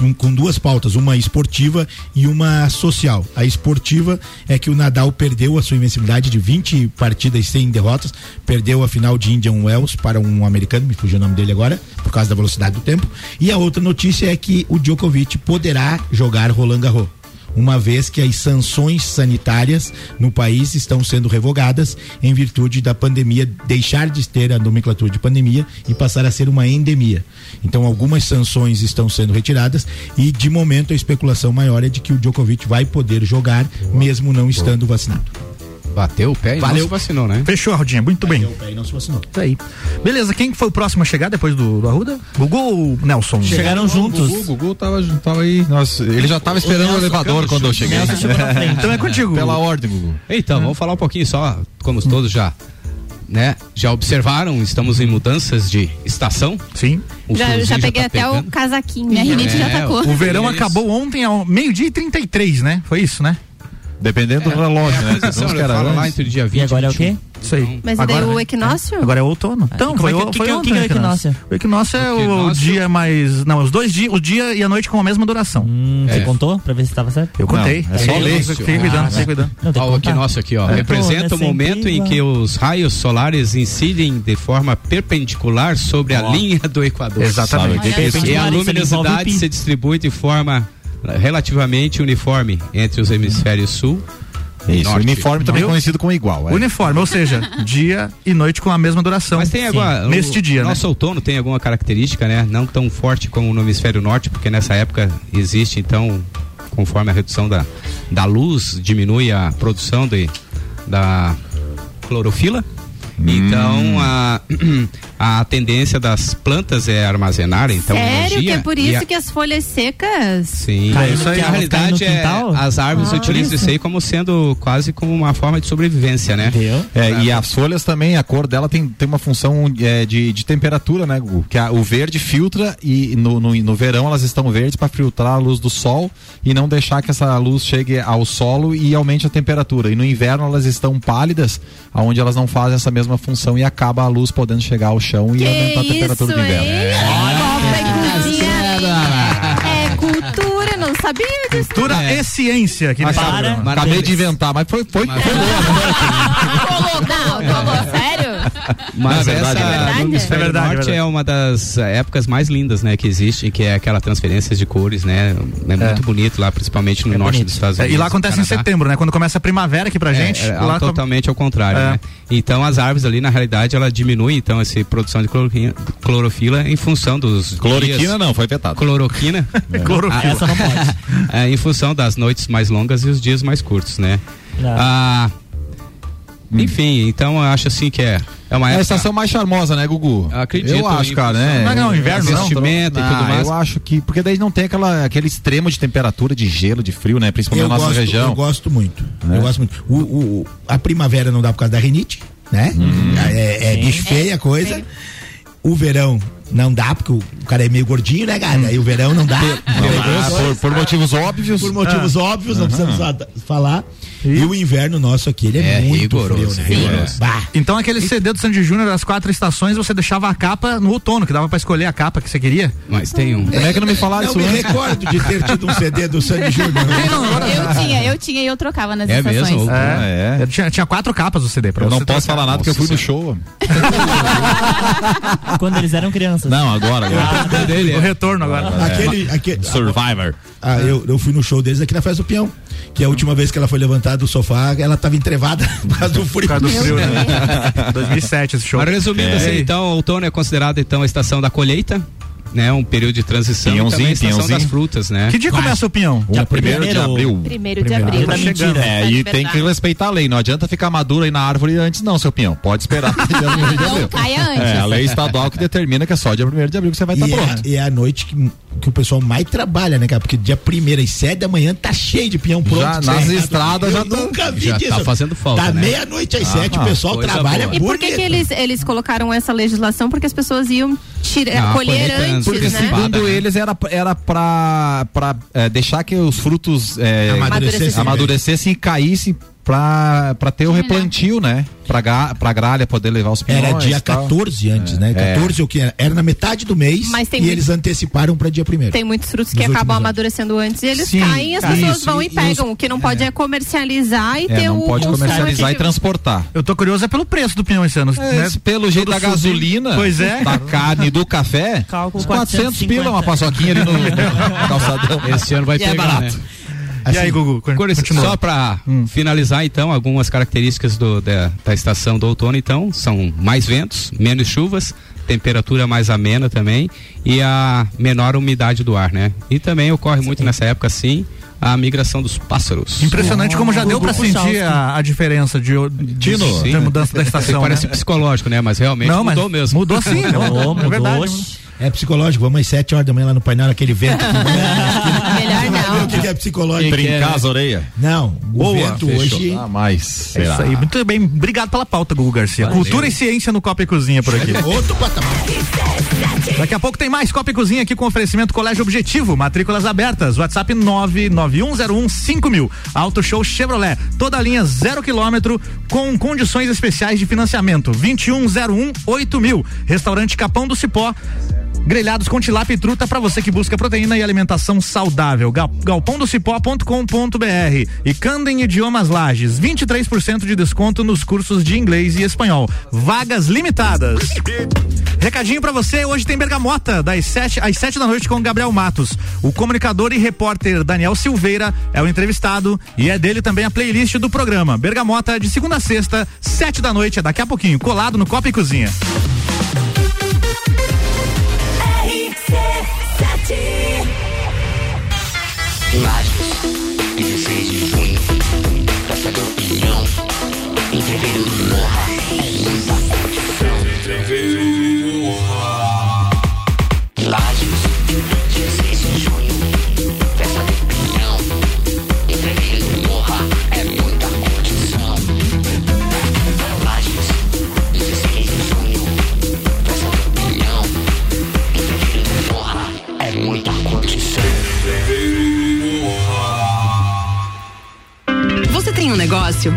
Speaker 5: um- com duas pautas, uma esportiva e uma social. A esportiva é que o Nadal perdeu a sua invencibilidade de 20 partidas sem derrotas, perdeu a final de Indian Wells para um americano, me fugiu o nome dele agora, por causa da velocidade do tempo. E a outra notícia é que o Djokovic poderá jogar Roland Garros. Uma vez que as sanções sanitárias no país estão sendo revogadas em virtude da pandemia deixar de ter a nomenclatura de pandemia e passar a ser uma endemia. Então, algumas sanções estão sendo retiradas e, de momento, a especulação maior é de que o Djokovic vai poder jogar, mesmo não estando vacinado.
Speaker 7: Bateu o pé e
Speaker 5: Valeu.
Speaker 7: não se vacinou, né?
Speaker 2: Fechou, Rudinha, muito bem.
Speaker 5: Deu pé e não se vacinou.
Speaker 2: Isso aí. Beleza, quem foi o próximo a chegar depois do, do Arruda? Gugu ou Nelson?
Speaker 6: Chegaram juntos.
Speaker 9: O Gugu, Gugu tava, tava aí. Nossa, ele já tava esperando o, elevador quando eu cheguei. né?
Speaker 6: Nelson chegou na frente.
Speaker 2: Então é contigo.
Speaker 9: Pela ordem, Gugu.
Speaker 7: Então, vamos falar um pouquinho só, como todos já, né, já observaram, estamos em mudanças de estação.
Speaker 2: Sim.
Speaker 7: O
Speaker 10: Já,
Speaker 7: friozinho
Speaker 10: já
Speaker 7: tá
Speaker 10: peguei até
Speaker 7: pegando.
Speaker 10: o casaquinho.
Speaker 4: Minha rinite
Speaker 7: É,
Speaker 4: já atacou.
Speaker 2: O verão
Speaker 7: Eles-
Speaker 2: acabou ontem ao meio-dia e 33, né? Foi isso, né?
Speaker 9: Dependendo do relógio, né? Tem uns
Speaker 7: Estação,
Speaker 9: que
Speaker 7: ele
Speaker 9: era
Speaker 7: fala lá
Speaker 9: antes.
Speaker 7: entre o dia 20
Speaker 6: E agora
Speaker 9: um.
Speaker 6: é o quê?
Speaker 7: 21.
Speaker 2: Isso aí.
Speaker 10: Mas e
Speaker 2: agora,
Speaker 10: daí o
Speaker 2: né?
Speaker 10: equinócio?
Speaker 2: Agora é outono. Então,
Speaker 6: como
Speaker 2: foi,
Speaker 6: é que-
Speaker 2: o-
Speaker 6: que
Speaker 2: foi
Speaker 6: que é o-
Speaker 2: ontem.
Speaker 6: que que é o equinócio?
Speaker 2: O equinócio é o,
Speaker 7: Equinócio-
Speaker 2: dia mais. Não, os dois dias, o dia e a noite com a mesma duração.
Speaker 6: Hum, Você
Speaker 7: É.
Speaker 6: contou pra ver se tava certo?
Speaker 2: Eu contei.
Speaker 9: é só ler.
Speaker 2: Fiquei cuidando, fiquei cuidando.
Speaker 6: Não, tem
Speaker 7: Ó,
Speaker 6: que
Speaker 7: o
Speaker 6: contar.
Speaker 7: equinócio aqui, ó.
Speaker 6: É.
Speaker 7: Representa
Speaker 6: Tô,
Speaker 7: o
Speaker 6: né,
Speaker 7: momento
Speaker 6: sempre
Speaker 7: em
Speaker 6: lá.
Speaker 7: que os raios solares incidem de forma perpendicular sobre a linha do Equador.
Speaker 2: Exatamente.
Speaker 9: Sabe o que que é isso?
Speaker 7: E a
Speaker 6: Claro, isso envolve o
Speaker 7: luminosidade
Speaker 6: PIN.
Speaker 7: se distribui de forma eh, relativamente uniforme entre os hemisférios sul e
Speaker 9: Isso,
Speaker 7: norte.
Speaker 9: uniforme também
Speaker 2: Viu?
Speaker 9: conhecido como igual. é.
Speaker 2: Uniforme, ou seja, dia e noite com a mesma duração.
Speaker 7: Mas tem agora. o-
Speaker 2: Neste dia, né?
Speaker 7: Nosso outono tem alguma característica, né? Não tão forte como no hemisfério norte, porque nessa época existe, então, conforme a redução da, da luz, diminui a produção de, da clorofila. Então, a, a tendência das plantas é armazenar, então
Speaker 10: Sério que
Speaker 7: energia,
Speaker 10: é por
Speaker 7: e
Speaker 10: isso
Speaker 7: a-
Speaker 10: que as folhas secas.
Speaker 7: Sim,
Speaker 6: Cai no
Speaker 7: isso aí,
Speaker 6: quintal,
Speaker 7: na realidade
Speaker 6: cai no
Speaker 7: é,
Speaker 6: quintal?
Speaker 7: as árvores utilizam isso aí como sendo quase como uma forma de sobrevivência, né?
Speaker 6: Entendeu?
Speaker 9: É, e as folhas também, a cor dela tem, tem uma função é, de, de temperatura, né, Gugu? Que a- o verde filtra e no, no, no verão elas estão verdes para filtrar a luz do sol e não deixar que essa luz chegue ao solo e aumente a temperatura. E no inverno elas estão pálidas, onde elas não fazem essa mesma função e acaba a luz podendo chegar ao chão e
Speaker 10: Que
Speaker 9: aumentar a temperatura
Speaker 10: É isso,
Speaker 9: do inverno. É.
Speaker 10: hein? Copa e cozinha. É cultura, não sabia disso.
Speaker 2: Cultura
Speaker 9: É.
Speaker 7: É.
Speaker 2: e ciência que nesse
Speaker 6: Para.
Speaker 2: programa.
Speaker 9: Acabei de inventar, mas foi, foi,
Speaker 7: é
Speaker 9: foi boa.
Speaker 10: Colou, não, colou, sério?
Speaker 7: Mas
Speaker 9: Não, é verdade,
Speaker 7: essa
Speaker 9: é
Speaker 10: verdade.
Speaker 7: no hemisfério
Speaker 2: É verdade, é
Speaker 7: norte é,
Speaker 2: verdade.
Speaker 7: uma das eh, épocas mais lindas, né, que existe, que é aquela transferência de cores, né? É, muito bonito lá, principalmente no norte dos Estados
Speaker 2: É,
Speaker 7: Unidos.
Speaker 2: e lá acontece em
Speaker 7: Canadá.
Speaker 2: setembro, né? Quando começa a primavera aqui pra gente.
Speaker 7: É, é,
Speaker 2: lá com-
Speaker 7: totalmente ao contrário,
Speaker 2: É.
Speaker 7: né? Então as árvores ali, na realidade, ela diminui então essa produção de cloroquina- clorofila em função dos dias-
Speaker 9: Cloroquina não, foi vetado. É.
Speaker 7: cloroquina. Ah,
Speaker 2: Clorofila.
Speaker 6: Essa não pode.
Speaker 7: É, em função das noites mais longas e os dias mais curtos, né?
Speaker 9: É.
Speaker 6: Não.
Speaker 7: Ah, enfim, então eu acho assim que é, é uma
Speaker 9: Hum. É a
Speaker 7: época-
Speaker 9: estação mais charmosa, né, Gugu?
Speaker 7: Eu acredito
Speaker 9: Eu acho,
Speaker 7: em
Speaker 9: cara, né?
Speaker 2: Mas não, inverno não.
Speaker 7: Vestimenta e
Speaker 9: Ah,
Speaker 7: tudo mais.
Speaker 9: Eu acho que. Porque daí não tem aquela, aquele extremo de temperatura, de gelo, de frio, né? Principalmente
Speaker 5: Eu
Speaker 9: na nossa
Speaker 5: gosto,
Speaker 9: região. Né?
Speaker 5: eu gosto muito. Eu gosto muito. O, o- o- a primavera não dá por causa da rinite, né?
Speaker 9: Hum.
Speaker 5: É, é bicho feia a coisa. O verão não dá, porque o o cara é meio gordinho, né,
Speaker 9: Hum.
Speaker 5: cara? Aí o verão não dá.
Speaker 9: Ah, por, por motivos óbvios. Ah.
Speaker 5: Por motivos óbvios, não precisamos fa- falar. E o inverno nosso aqui, ele é,
Speaker 7: É
Speaker 5: muito
Speaker 7: rigoroso,
Speaker 5: frio, né?
Speaker 7: rigoroso.
Speaker 5: É. Bah.
Speaker 2: Então aquele CD do Sandy Júnior das quatro estações, você deixava a capa no outono, que dava pra escolher a capa que você queria.
Speaker 7: Mas tem um.
Speaker 9: Como é que não me falaram
Speaker 5: Não
Speaker 9: isso
Speaker 5: me
Speaker 9: antes?
Speaker 5: recordo de ter tido um CD do Sandy Júnior.
Speaker 4: Ah, Eu tinha, eu tinha e eu trocava nas
Speaker 7: É
Speaker 4: estações.
Speaker 7: mesmo?
Speaker 2: Ah.
Speaker 9: É.
Speaker 2: Eu Tinha, tinha quatro capas do CD pra
Speaker 9: Eu
Speaker 2: você
Speaker 9: não posso
Speaker 2: trocar.
Speaker 9: falar nada porque eu fui no show.
Speaker 6: Quando eles eram crianças.
Speaker 9: Não, agora. agora.
Speaker 7: Dele,
Speaker 2: Ah, O retorno agora.
Speaker 5: Aquele, aquele,
Speaker 9: é. Survivor.
Speaker 5: Ah, eu, eu fui no show deles aqui na Festa do Peão. Que a última vez que ela foi levantada do sofá, ela tava entrevada por causa do frio.
Speaker 2: Por causa do frio, né? 2007 esse show.
Speaker 7: Mas resumindo
Speaker 9: É.
Speaker 7: assim, então, outono é considerado então a estação da colheita, né? Um período de transição e também a
Speaker 9: Pinhãozinho,
Speaker 7: estação
Speaker 9: pinhãozinho.
Speaker 7: das frutas, né?
Speaker 2: Que dia começa o pinhão?
Speaker 9: O primeiro de
Speaker 6: primeiro-
Speaker 9: abril.
Speaker 10: Primeiro de
Speaker 2: Primeiro.
Speaker 10: abril.
Speaker 2: Tá chegando.
Speaker 9: É, e tem que respeitar a lei. Não adianta ficar maduro aí na árvore antes, não, seu pinhão. Pode esperar. até dia 1º de
Speaker 4: Não
Speaker 9: abril.
Speaker 4: caia antes.
Speaker 9: É, a lei estadual que determina que é só dia 1 de abril que você vai
Speaker 5: E,
Speaker 7: tá
Speaker 9: estar pronto.
Speaker 5: é, e é a noite que, que o pessoal mais trabalha, né, cara? Porque dia 1 às 7 da manhã tá cheio de pinhão pronto.
Speaker 9: Já nas
Speaker 5: cercado.
Speaker 9: estradas
Speaker 5: eu
Speaker 9: já tá-
Speaker 5: nunca vi
Speaker 7: já
Speaker 5: disso.
Speaker 7: tá fazendo falta,
Speaker 5: Da
Speaker 7: né?
Speaker 5: meia-noite às 7
Speaker 7: ah,
Speaker 5: o pessoal
Speaker 7: coisa
Speaker 5: trabalha
Speaker 7: boa.
Speaker 10: E por que,
Speaker 5: bonito.
Speaker 10: que eles, eles colocaram essa legislação? Porque as pessoas iam tirar,
Speaker 9: É,
Speaker 7: Ah,
Speaker 10: colher
Speaker 7: colheita
Speaker 10: antes,
Speaker 9: Porque
Speaker 10: né?
Speaker 7: antecipada.
Speaker 9: segundo
Speaker 7: né?
Speaker 9: eles era, era pra, pra é, deixar que os frutos é,
Speaker 5: Amadurecesse.
Speaker 9: amadurecessem e caíssem pra, pra ter o replantio, né? Pra, ga- pra gralha poder levar os pinhões.
Speaker 5: Era dia
Speaker 9: e tal.
Speaker 5: 14 antes, né? 14 ou que era? Era na metade do mês
Speaker 10: Mas tem
Speaker 5: e
Speaker 10: muito-
Speaker 5: eles anteciparam pra dia 1
Speaker 10: Tem muitos frutos que
Speaker 5: Nos
Speaker 10: acabam
Speaker 5: últimos anos.
Speaker 10: amadurecendo antes e eles
Speaker 9: Sim,
Speaker 10: caem as
Speaker 9: cara.
Speaker 10: pessoas
Speaker 9: Isso,
Speaker 10: vão e,
Speaker 9: e- e
Speaker 10: pegam.
Speaker 9: os-
Speaker 10: o que não pode é, comercializar e
Speaker 9: É,
Speaker 10: ter
Speaker 6: um
Speaker 9: não
Speaker 10: o
Speaker 9: pode
Speaker 10: consumo
Speaker 9: comercializar e
Speaker 10: efetivo.
Speaker 9: transportar.
Speaker 2: Eu tô curioso é pelo preço do pinhão esse ano. né?
Speaker 9: Mas Pelo jeito
Speaker 2: Todo
Speaker 9: da
Speaker 2: subindo.
Speaker 9: gasolina,
Speaker 2: Pois é.
Speaker 9: da carne, do café,
Speaker 6: Cálculo
Speaker 9: uns 400 pila,
Speaker 6: 450.
Speaker 9: uma paçoquinha ali no no calçadão.
Speaker 7: Esse ano vai
Speaker 9: E é
Speaker 7: pegar,
Speaker 9: barato.
Speaker 7: né?
Speaker 2: e aí, Gugu? con-
Speaker 7: Cores-
Speaker 2: Continua. Hum.
Speaker 7: Só para finalizar, então, algumas características do- da, da estação do outono, então, são mais ventos, menos chuvas, temperatura mais amena também e a menor umidade do ar, né? E também ocorre muito nessa época, sim, a migração dos pássaros.
Speaker 2: Impressionante como já deu pra
Speaker 6: Gugu Puchalski.
Speaker 2: sentir a, a diferença de, de,
Speaker 7: Sim.
Speaker 2: da mudança da estação.
Speaker 7: Parece
Speaker 2: né?
Speaker 7: psicológico, né? Mas realmente
Speaker 2: Não, mas
Speaker 7: mudou mesmo.
Speaker 2: Mudou sim. né?
Speaker 6: Mudou,
Speaker 2: É
Speaker 6: mudou.
Speaker 2: verdade.
Speaker 6: Oxi.
Speaker 5: É psicológico, vamos às 7 horas da manhã lá no painel, aquele vento.
Speaker 10: Melhor
Speaker 5: Não, o
Speaker 10: não.
Speaker 5: que que é psicológico?
Speaker 9: Trincar as orelhas.
Speaker 5: Não, o
Speaker 2: Boa,
Speaker 5: vento
Speaker 9: Fechou.
Speaker 5: hoje.
Speaker 9: Ah, mas.
Speaker 2: É
Speaker 9: será?
Speaker 2: isso aí. Muito bem. Obrigado pela pauta, Gugu Garcia.
Speaker 7: Valeu.
Speaker 2: Cultura e ciência no Copa e Cozinha por aqui.
Speaker 5: é Outro patamar.
Speaker 10: é
Speaker 2: Daqui a pouco tem mais Copa e Cozinha aqui com oferecimento Colégio Objetivo, matrículas abertas, WhatsApp 991015000. Auto Show Chevrolet, toda a linha zero quilômetro com condições especiais de financiamento, 21018000. Restaurante Capão do Cipó, grelhados com tilápia e truta para você que busca proteína e alimentação saudável. Gal, galpondocipó.com.br e Candem Idiomas Lages, 23% de desconto nos cursos de inglês e espanhol. Vagas limitadas. Recadinho pra você, hoje tem Bergamota, das 7 às 7 da noite com Gabriel Matos. O comunicador e repórter Daniel Silveira é o entrevistado e é dele também a playlist do programa. Bergamota é de segunda a sexta, 7 da noite, é daqui a pouquinho, colado no Copa e Cozinha.
Speaker 11: é
Speaker 12: Entreveiro do Morra.
Speaker 11: é é
Speaker 12: Você tem um negócio?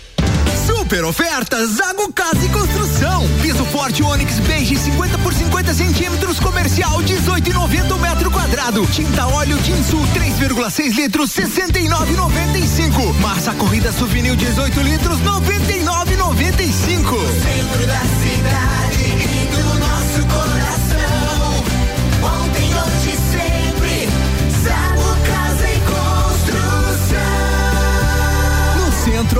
Speaker 13: Super ofertas Zago Casa e Construção. Piso forte Onix Beige 50 por 50 centímetros comercial 18,90 o metro quadrado. Tinta óleo Dinsul 3,6 litros 69,95. Massa corrida Suvinil 18 litros 99,95.
Speaker 11: Centro da cidade e do nosso coração. Ontem, hoje, sempre. Sago Casa e Construção.
Speaker 13: No centro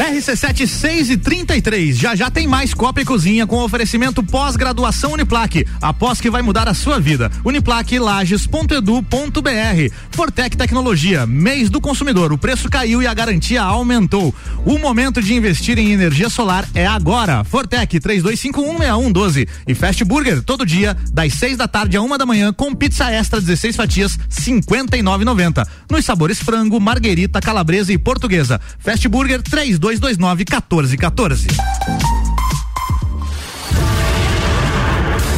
Speaker 2: RC7 6 e 33. Já já tem mais Copa e Cozinha com oferecimento pós-graduação Uniplaque. Após que vai mudar a sua vida. Uniplaquelages.edu.br. Fortec Tecnologia. Mês do consumidor. O preço caiu e a garantia aumentou. O momento de investir em energia solar é agora. Fortec 32516112. E Fast Burger todo dia das 6 da tarde a 1 da manhã com pizza extra 16 fatias 59,90. Nos sabores frango, marguerita, calabresa e portuguesa. Fast Burger 3229 1414.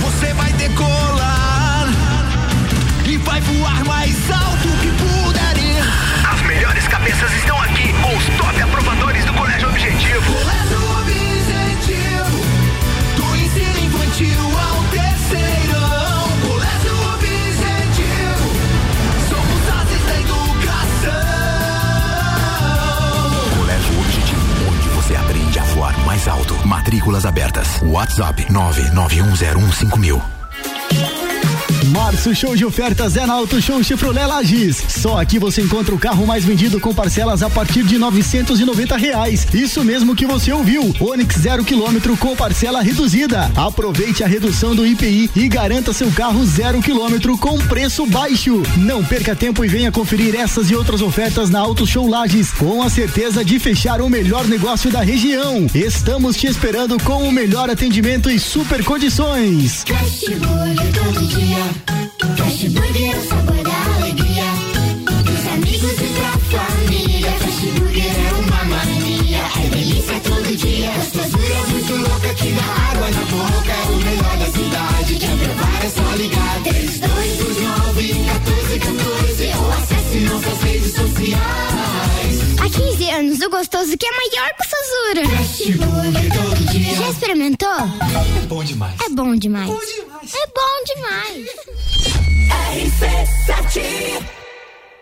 Speaker 11: Você vai decolar e vai voar mais alto que puder ir. As melhores cabeças estão aqui com os top aprovadores do Colégio Objetivo. Colégio Objetivo, do ensino infantil ao terceirão. Colégio Objetivo, somos ases da educação.
Speaker 14: Colégio Objetivo, onde você aprende a voar mais alto. Matrículas abertas. WhatsApp 991015000.
Speaker 15: Março Show de Ofertas é na Auto Show Chevrolet Lages. Só aqui você encontra o carro mais vendido com parcelas a partir de R$ 990 reais. Isso mesmo que você ouviu. Onix zero quilômetro com parcela reduzida. Aproveite a redução do IPI e garanta seu carro zero quilômetro com preço baixo. Não perca tempo e venha conferir essas e outras ofertas na Auto Show Lages com a certeza de fechar o melhor negócio da região. Estamos te esperando com o melhor atendimento e super condições.
Speaker 11: Fast Burger todo dia. Fast Burger é o sabor da alegria. Dos amigos e da família. Fast Burger é uma mania. É delícia todo dia. Gostosura muito louca que dá água na boca. É o melhor da cidade. Quer provar é só ligar. um, 3229 1414 ou acesse nossas redes sociais.
Speaker 16: Há 15 anos, o gostoso que é maior que o Sazura. Já experimentou? É bom demais. É bom demais. É bom demais.
Speaker 12: RC7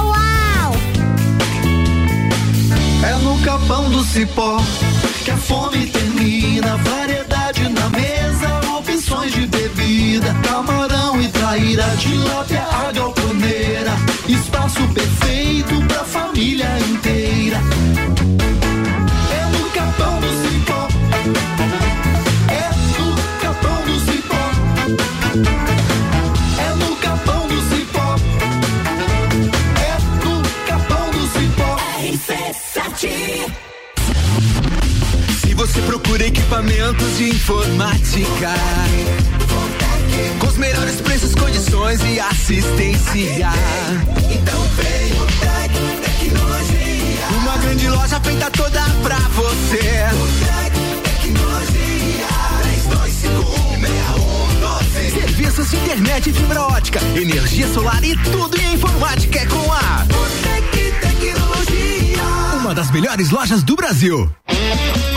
Speaker 16: uau.
Speaker 11: É no capão do cipó que a fome termina. Variedade na mesa, opções de bebida, camarão e traíra, tilápia, a galponeira. Espaço perfeito pra família inteira. É no capão do cipó. É no capão do cipó. É no capão do cipó. É no capão do cipó.
Speaker 13: RC7
Speaker 17: Se você procura equipamentos de informática, com os melhores
Speaker 13: soluções e assistência. Então veio Tec Tecnologia. Uma grande loja feita toda pra você. Tec Tecnologia. 32516112. Serviços de internet, fibra ótica, energia solar e tudo em informática é com a Tec Tecnologia. Uma das melhores lojas do Brasil.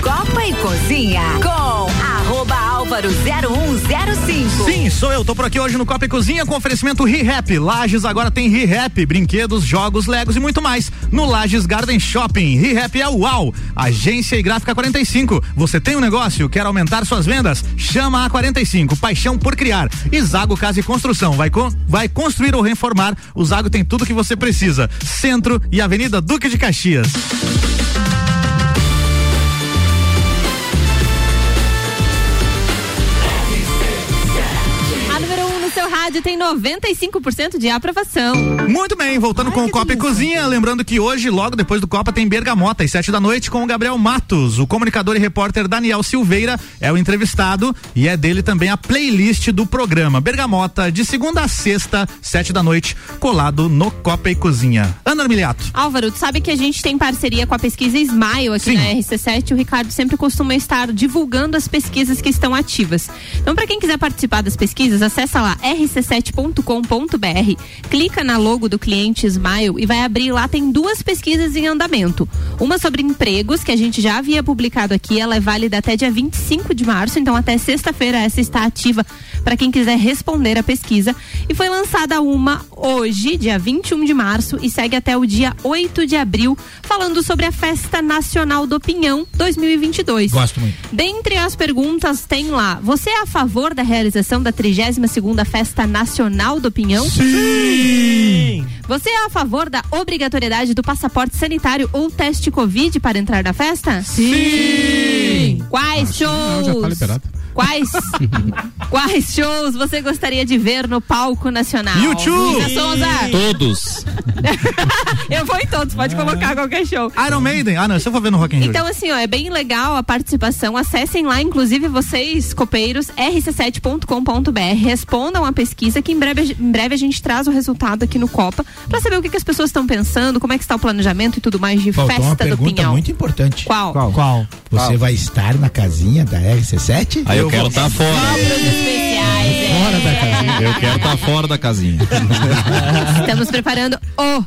Speaker 1: Copa e Cozinha com arroba Álvaro 0105.
Speaker 2: Sim, sou eu. Tô por aqui hoje no Copa e Cozinha com oferecimento ReHap. Lages agora tem ReHap, brinquedos, jogos, legos e muito mais no Lages Garden Shopping. ReHap é UAU, agência e gráfica 45. Você tem um negócio, quer aumentar suas vendas? Chama a 45, paixão por criar. E Zago Casa e Construção, vai, co- vai construir ou reformar. O Zago tem tudo que você precisa. Centro e Avenida Duque de Caxias.
Speaker 10: A número 1 um no seu rádio tem 95% de aprovação.
Speaker 2: Muito bem, voltando com o Copa e Cozinha, lembrando que hoje, logo depois do Copa, tem Bergamota, às sete da noite, com o Gabriel Matos. O comunicador e repórter Daniel Silveira é o entrevistado e é dele também a playlist do programa. Bergamota, de segunda a sexta, sete da noite, colado no Copa e Cozinha. Ana Miliato.
Speaker 10: Álvaro, tu sabe que a gente tem parceria com a pesquisa Smile aqui na RC7. O Ricardo sempre costuma estar divulgando as pesquisas que estão ativas. Então, para quem quiser participar das pesquisas, acessa lá rc7.com.br, clica na logo do cliente Smile e vai abrir lá tem duas pesquisas em andamento. Uma sobre empregos, que a gente já havia publicado aqui, ela é válida até dia 25 de março, então até sexta-feira essa está ativa para quem quiser responder a pesquisa. E foi lançada uma hoje, dia 21 de março, e segue até o dia 8 de abril, falando sobre a Festa Nacional do Pinhão 2022.
Speaker 5: Gosto muito.
Speaker 10: Dentre as perguntas tem lá: você é a favor da realização da 32ª Festa Nacional do Pinhão? Sim. Você é a favor da obrigatoriedade do passaporte sanitário ou teste Covid para entrar na festa? Sim. Quais shows?
Speaker 7: já tá liberado.
Speaker 10: Quais quais shows você gostaria de ver no palco nacional? Luísa Sonza.
Speaker 7: Todos.
Speaker 10: Eu vou em todos, pode colocar qualquer show.
Speaker 2: Iron Maiden. Ah, não, se eu for ver no Rock in Rio.
Speaker 10: Então, assim, ó, é bem legal a participação. Acessem lá, inclusive vocês, copeiros, rc7.com.br. Respondam a pesquisa que em breve, em breve a gente traz o resultado aqui no Copa pra saber o que, que as pessoas estão pensando, como é que está o planejamento e tudo mais de
Speaker 5: Faltou
Speaker 10: festa
Speaker 5: uma
Speaker 10: do
Speaker 5: pergunta
Speaker 10: Pinhão.
Speaker 5: muito importante.
Speaker 10: Qual?
Speaker 5: Qual? Você vai estar na casinha da RC7?
Speaker 9: Aí eu quero tá fora.
Speaker 10: Fora
Speaker 9: da casinha. né? Eu quero estar fora da casinha.
Speaker 10: Estamos preparando o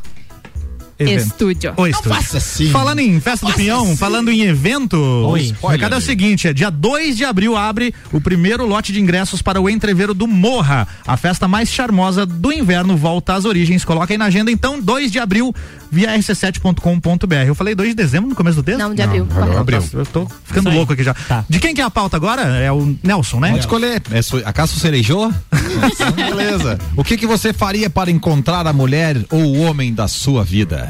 Speaker 10: Estúdio.
Speaker 2: Oi, estúdio.
Speaker 10: faça assim.
Speaker 2: Falando em Festa do Pinhão, falando em evento,
Speaker 6: Oi.
Speaker 2: o recado é o seguinte, é dia 2 de abril abre o primeiro lote de ingressos para o entreveiro do Morra, a festa mais charmosa do inverno volta às origens. Coloca aí na agenda, então, 2 de abril via rc7.com.br. Eu falei 2 de dezembro no começo do texto?
Speaker 10: Não, de abril, Não, correto.
Speaker 9: abril.
Speaker 2: Eu tô ficando louco aqui já. De quem que é a pauta agora? É o Nelson, né?
Speaker 9: Tá. Pode escolher. É su... A caça cerejou? Beleza. O que, que você faria para encontrar a mulher ou o homem da sua vida?